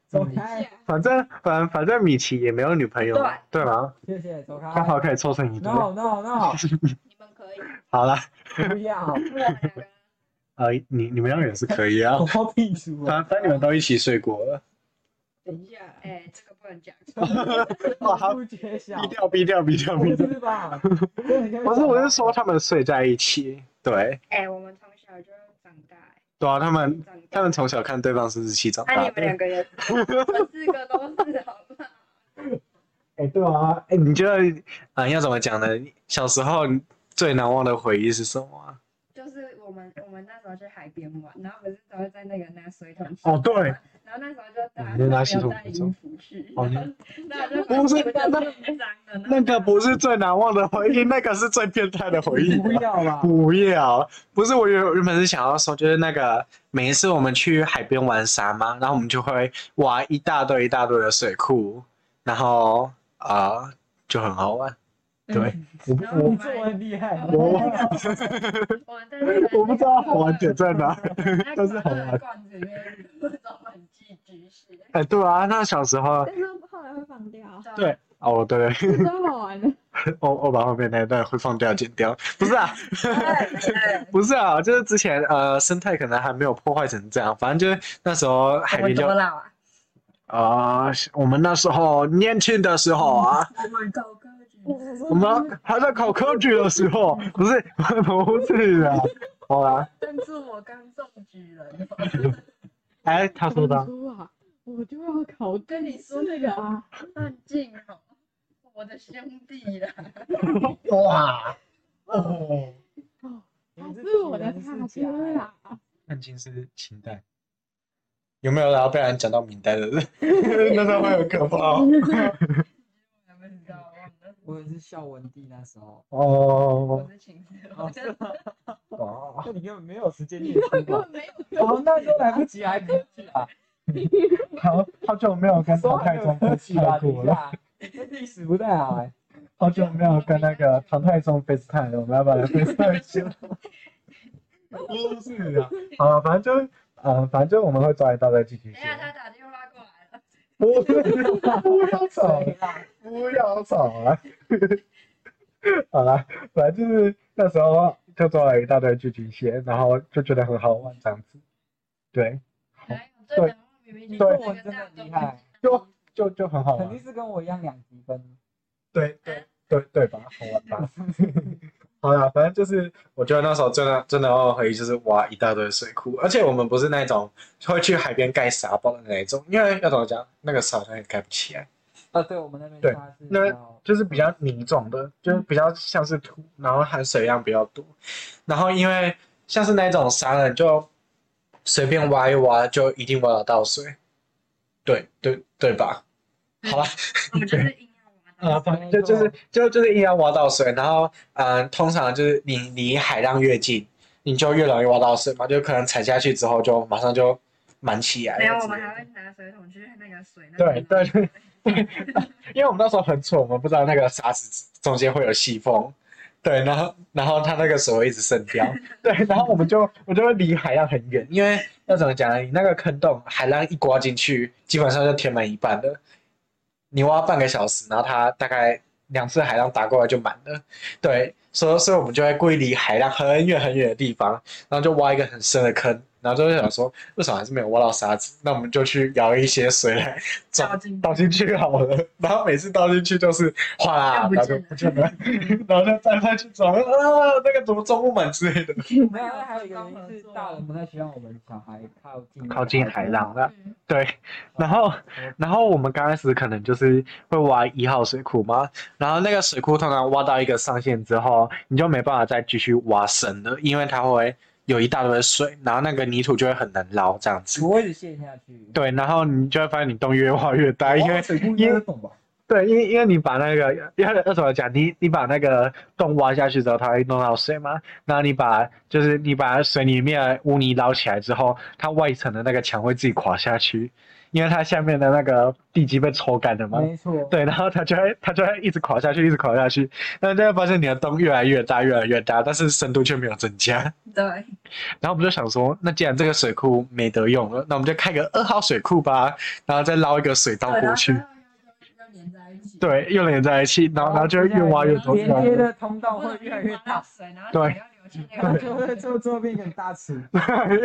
Speaker 3: 走开，
Speaker 4: 哎
Speaker 5: 反正反反正米奇也没有女朋友，对吗？
Speaker 3: 谢谢，走开
Speaker 5: 刚好可以凑成一对。
Speaker 3: ，no no no，
Speaker 4: 你们可以。
Speaker 5: 好啦，
Speaker 3: 不 要，
Speaker 4: 我两个人
Speaker 5: 呃，你你们两个也是可以啊，
Speaker 3: 我避暑啊，
Speaker 5: 反反正你们都一起睡过了。
Speaker 7: 等一下，
Speaker 4: 哎，这个不能 讲。
Speaker 5: 哦，好，
Speaker 3: 不揭晓，
Speaker 5: 逼掉逼掉逼掉逼
Speaker 3: 不
Speaker 5: 掉。
Speaker 3: 是吧？不
Speaker 5: 不是，我是说他们睡在一起。对，
Speaker 4: 哎，我们从小就长大，哎
Speaker 5: 对啊，他们
Speaker 4: 长大。
Speaker 5: 他们从小看对方是日期长
Speaker 4: 那、
Speaker 5: 大
Speaker 4: 你们两
Speaker 5: 的。
Speaker 4: 个 也是，我四个都是，好 不好？
Speaker 5: 哎，对啊，哎，你觉得啊、呃要怎么讲呢？小时候最难忘的回忆是什么啊？
Speaker 4: 就是我们我们那时候去海边玩，然后不是都会在那个那水桶洗
Speaker 5: 哦对
Speaker 4: 澡嘛然后那时候就大家
Speaker 5: 嗯就
Speaker 4: 没
Speaker 5: 拿
Speaker 4: 有
Speaker 5: 洗桶
Speaker 4: 带
Speaker 5: 洗澡
Speaker 4: 衣服去，
Speaker 5: 哦
Speaker 4: 然后那就
Speaker 5: 不是那那
Speaker 4: 脏的，然后
Speaker 5: 那个不是最难忘的回忆，那个是最变态的回忆。啊
Speaker 3: 不要 啦，
Speaker 5: 不要，不是我原原本是想要说，就是那个每一次我们去海边玩沙嘛，然后我们就会挖一大堆一大堆的水库，然后啊、呃就很好玩。
Speaker 3: 嗯
Speaker 5: 对，我不
Speaker 4: 然后
Speaker 5: 我
Speaker 4: 我
Speaker 3: 你
Speaker 4: 们
Speaker 3: 这么厉害，
Speaker 5: 我
Speaker 4: 我 们在那个
Speaker 5: 哦我不知道好玩点在哪。
Speaker 4: 那
Speaker 5: 但
Speaker 4: 个
Speaker 5: 是好玩
Speaker 4: 罐子里面各种冷气知识，
Speaker 5: 哎，对啊，那小时候
Speaker 7: 但是后来会 放掉，
Speaker 5: 对哦，对，
Speaker 7: 超好玩的。
Speaker 5: 我我把后面那一段会放掉剪掉，不是啊， 不是啊，就是之前呃生态可能还没有破坏成这样，反正就是那时候海
Speaker 4: 我
Speaker 5: 边就
Speaker 4: 多老啊？
Speaker 5: 啊、我们那时候年轻的时候 啊，
Speaker 4: 我们高科技，
Speaker 5: 我们还在考科举的时候，不是 不是啊，好啦，
Speaker 4: 但是我刚中举人。
Speaker 5: 哎，他说的，
Speaker 6: 嗯
Speaker 7: 初啊，我就要考
Speaker 4: 跟你说那个啊，范进哦，我的兄弟啦，
Speaker 5: 哇，哦，
Speaker 7: 他啊是我的
Speaker 3: 大
Speaker 7: 大哥啦。
Speaker 5: 汉奸是清代，有没有然后被人讲到明代的 人？那时候会很可怕哦。
Speaker 4: 我不知道，忘了。
Speaker 3: 我也是孝文帝那时候，
Speaker 4: 我
Speaker 5: 哦，
Speaker 4: 是秦始皇，真的
Speaker 5: 哦
Speaker 3: 那你根本没有时间念书
Speaker 7: 根
Speaker 3: 吧？
Speaker 7: 本没有
Speaker 3: 好，哦那就来不及，还科技啊，
Speaker 5: 好好久没有跟
Speaker 3: 都
Speaker 5: 唐
Speaker 3: 还
Speaker 5: 太
Speaker 3: 没有
Speaker 5: 宗
Speaker 3: 科
Speaker 5: 分
Speaker 3: 技啊，
Speaker 5: 开
Speaker 3: 等一
Speaker 5: 过了，
Speaker 3: 下，哎历史不太好 哎，
Speaker 5: 好久没有跟那个唐太宗 FaceTime 了，我们要把它 FaceTime 起来。不是啊，好啊，反正就是，呃，反正就是我们会抓一道再继续
Speaker 4: 等一
Speaker 5: 说。
Speaker 4: 下他打电话过来了，
Speaker 5: 啊不 不要吵，
Speaker 3: 对啦，
Speaker 5: 不要吵啊！好啦，反正就是那时候啊就做了一大堆巨巨蟹，然后就觉得很好玩这样子。对，
Speaker 4: 还有最难忘明明
Speaker 3: 你
Speaker 4: 就
Speaker 3: 作
Speaker 4: 是
Speaker 3: 文真
Speaker 4: 那个
Speaker 3: 的
Speaker 4: 大
Speaker 3: 很
Speaker 4: 东
Speaker 3: 厉害，
Speaker 5: 就就就很好
Speaker 3: 肯
Speaker 5: 玩
Speaker 3: 定。是跟我一样两级分，
Speaker 5: 对对对对吧？好玩
Speaker 3: 啊
Speaker 5: 吧？好啦，反正就是我觉得那时候真的真的要回忆就是挖一大堆水库，而且我们不是那种会去海边盖沙包的那一种，因为要怎么讲，那个沙好像也盖不起来。
Speaker 3: 啊，对我们那边
Speaker 5: 对
Speaker 3: 他是
Speaker 5: 那
Speaker 3: 要
Speaker 5: 就是比较泥状的，就是比较像是土，然后含水量比较多。然后因为像是那种沙呢，你就随便挖一挖，就一定挖得到水。对对对吧？好吧，
Speaker 4: 我们就是硬要玩
Speaker 5: 啊、
Speaker 4: 的。
Speaker 5: 反正就就是就就是硬要挖到水，然后嗯、呃通常就是你离海浪越近，你就越容易挖到水嘛，就可能踩下去之后就马上就满起来了
Speaker 4: 没
Speaker 5: 之类
Speaker 4: 有，
Speaker 5: 的。
Speaker 4: 我们还会拿水桶去那个水那
Speaker 5: 对
Speaker 4: 边
Speaker 5: 对对，因为我们那时候很蠢，我们不知道那个沙子中间会有细缝，对，然后然后它那个水会一直渗 掉，对，然后我们就我就会离海浪很远，因为要怎么讲呢？啊你那个坑洞，海浪一刮进去，基本上就填满一半了。你挖半个小时，然后它大概两次海浪打过来就满了，对，所以所以我们就会故意离海浪很远很远的地方，然后就挖一个很深的坑，然后就会想说，为什么还是没有挖到沙子？那我们就去舀一些水来
Speaker 4: 倒进
Speaker 5: 倒进去好了，然后每次倒进去就是哗啦，然后就不见了，然后就 站上去找，啊，那个怎么装不满之类的，
Speaker 3: 没有，那还有一个原因是大人不太希望我们小孩靠近
Speaker 5: 靠近海浪哦了。
Speaker 4: 嗯
Speaker 5: 对，然后然后我们刚开始可能就是会挖一号水库嘛，然后那个水库通常挖到一个上限之后，你就没办法再继续挖深了，因为它会有一大堆水，然后那个泥土就会很难捞这样子。
Speaker 3: 我一直陷下去，
Speaker 5: 对，然后你就会发现你洞越挖越大，因为
Speaker 3: 水库应该懂吧？
Speaker 5: 对，因为因为你把那个要要怎么讲？你你把那个洞挖下去之后，它会弄到水嘛。那你把就是你把水里面的污泥捞起来之后，它外层的那个墙会自己垮下去，因为它下面的那个地基被抽干了嘛。
Speaker 4: 嗯
Speaker 3: 没错，
Speaker 5: 对，然后它就会它就会一直垮下去，一直垮下去。那就会发现你的洞越来越大，越来越大，但是深度却没有增加。
Speaker 4: 对，
Speaker 5: 然后我们就想说，那既然这个水库没得用了，那我们就开个二号水库吧，然后再捞一个水道
Speaker 4: 对，然
Speaker 5: 过
Speaker 4: 后
Speaker 5: 去。
Speaker 4: 又又连在一起，，
Speaker 5: 对，又连在一起，然后然后就会越挖越多。
Speaker 3: 连接的通道会越来越大，
Speaker 4: 水，然后
Speaker 5: 对
Speaker 4: 水要流进那
Speaker 3: 然后
Speaker 4: 个
Speaker 3: 就会最后最后变一个很大池。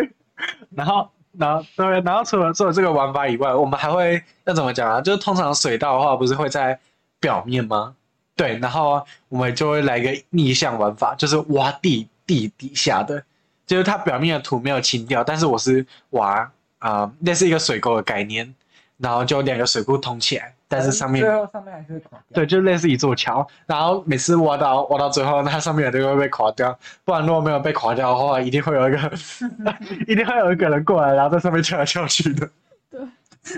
Speaker 5: 然后，然后对，然后除了除了这个玩法以外，我们还会要怎么讲啊？就是通常水道的话，不是会在表面吗？对，然后我们就会来一个逆向玩法，就是挖地地底下的，就是它表面的土没有清掉，但是我是挖啊、呃类似一个水沟的概念，然后就两个水库通起来，但是上面
Speaker 3: 最后上面还是会垮掉。
Speaker 5: 对，就类似一座桥，然后每次挖到挖到最后，它上面的都会被垮掉，不然如果没有被垮掉的话，一定会有一个，一定会有一个人过来，然后在上面跳来跳去的，
Speaker 6: 对，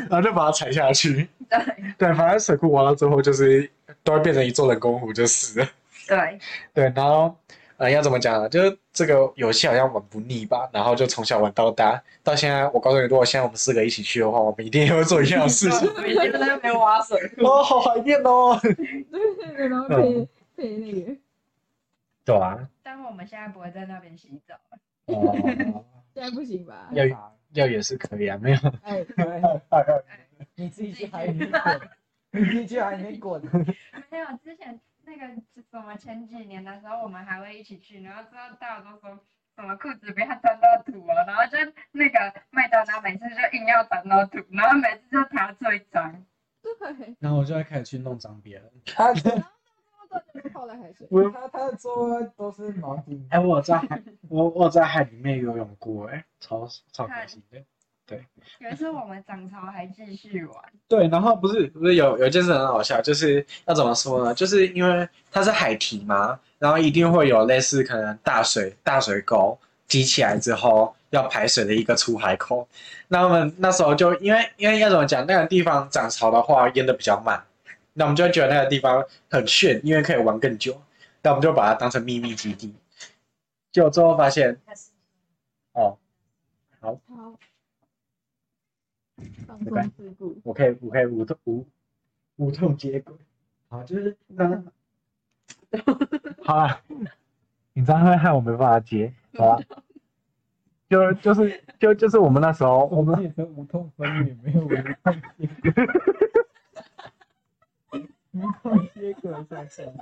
Speaker 5: 然后就把它踩下去， 对，反正水库挖到最后就是都会变成一座人工湖，就是了，
Speaker 4: 对
Speaker 5: 对，然后呃要怎么讲呢？就是这个游戏好像玩不腻吧，然后就从小玩到大，到现在我告诉你，如果现在我们四个一起去的话，我们一定也会做一样的事情，
Speaker 4: 每天都在那边挖水，
Speaker 5: 哦，好怀念哦，
Speaker 6: 对，
Speaker 4: 嗯
Speaker 6: 然后配配那个，
Speaker 5: 对啊，
Speaker 4: 但我们现在不会在那边洗澡，
Speaker 5: 哦。
Speaker 6: 现在不行吧？
Speaker 5: 要要也是可以啊，没有。
Speaker 6: 哎，
Speaker 3: 对，
Speaker 5: 哎
Speaker 3: 你自己去海里面滚，你自己去海里面滚。
Speaker 4: 啊没有之前那个什么前几年的时候，我们还会一起去，然后之后到都说什么裤子不要沾到土哦，然后就那个麦当劳每次就硬要沾到土，然后每次就他最脏，
Speaker 6: 对，
Speaker 5: 然后我就会开始去弄脏 别人。
Speaker 3: 他
Speaker 6: 到底是泡在海水，
Speaker 3: 他他的座位都是毛巾，
Speaker 5: 哎、我有在海，我我有在海里面游泳过、哎，超超开心的。
Speaker 4: 有一次我们涨潮还继续玩，
Speaker 5: 对，然后不是不是有有一件事很好笑，就是要怎么说呢？就是因为它是海堤嘛，然后一定会有类似可能大水大水沟积起来之后要排水的一个出海口。那我们那时候就因为因为要怎么讲，那个地方涨潮的话淹的比较慢，那我们就会觉得那个地方很炫，因为可以玩更久，那我们就把它当成秘密基地。结果最后发现，哦，
Speaker 6: 好，放
Speaker 5: 没关
Speaker 6: 松自顾，
Speaker 5: 我可以我可以无痛无无痛接轨，好，就是那好了，你这样会害我没办法接，好吧？就就是就就是我们那时候，我
Speaker 3: 我
Speaker 5: 们
Speaker 3: 们也是无痛分娩，没有无痛接轨。无痛接轨算什么？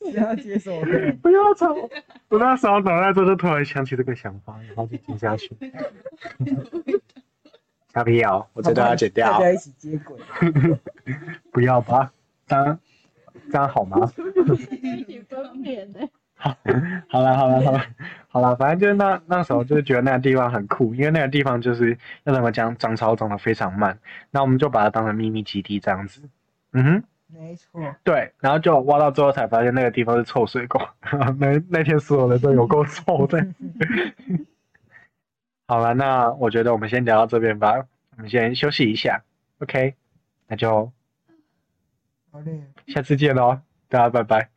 Speaker 3: 其他接什么鬼？
Speaker 5: 不要吵！我那时候脑袋中就突然想起这个想法，然后就听下去。要不要？哦我觉得要剪
Speaker 3: 大
Speaker 5: 掉，
Speaker 3: 家一起接轨。
Speaker 5: 不要吧？这样这样好吗？
Speaker 6: 一起分娩的，
Speaker 5: 好了好了好了好了，反正就是那那时候就是觉得那个地方很酷，因为那个地方就是要怎么讲，涨潮涨得非常慢，那我们就把它当成秘密基地这样子。嗯哼，
Speaker 3: 没错，
Speaker 5: 对，然后就挖到最后才发现那个地方是臭水沟，那那天所有人都有够臭的。 好了，那我觉得我们先聊到这边吧，我们先休息一下，OK，那就
Speaker 3: 好嘞。
Speaker 5: 下次见喽，大家拜拜。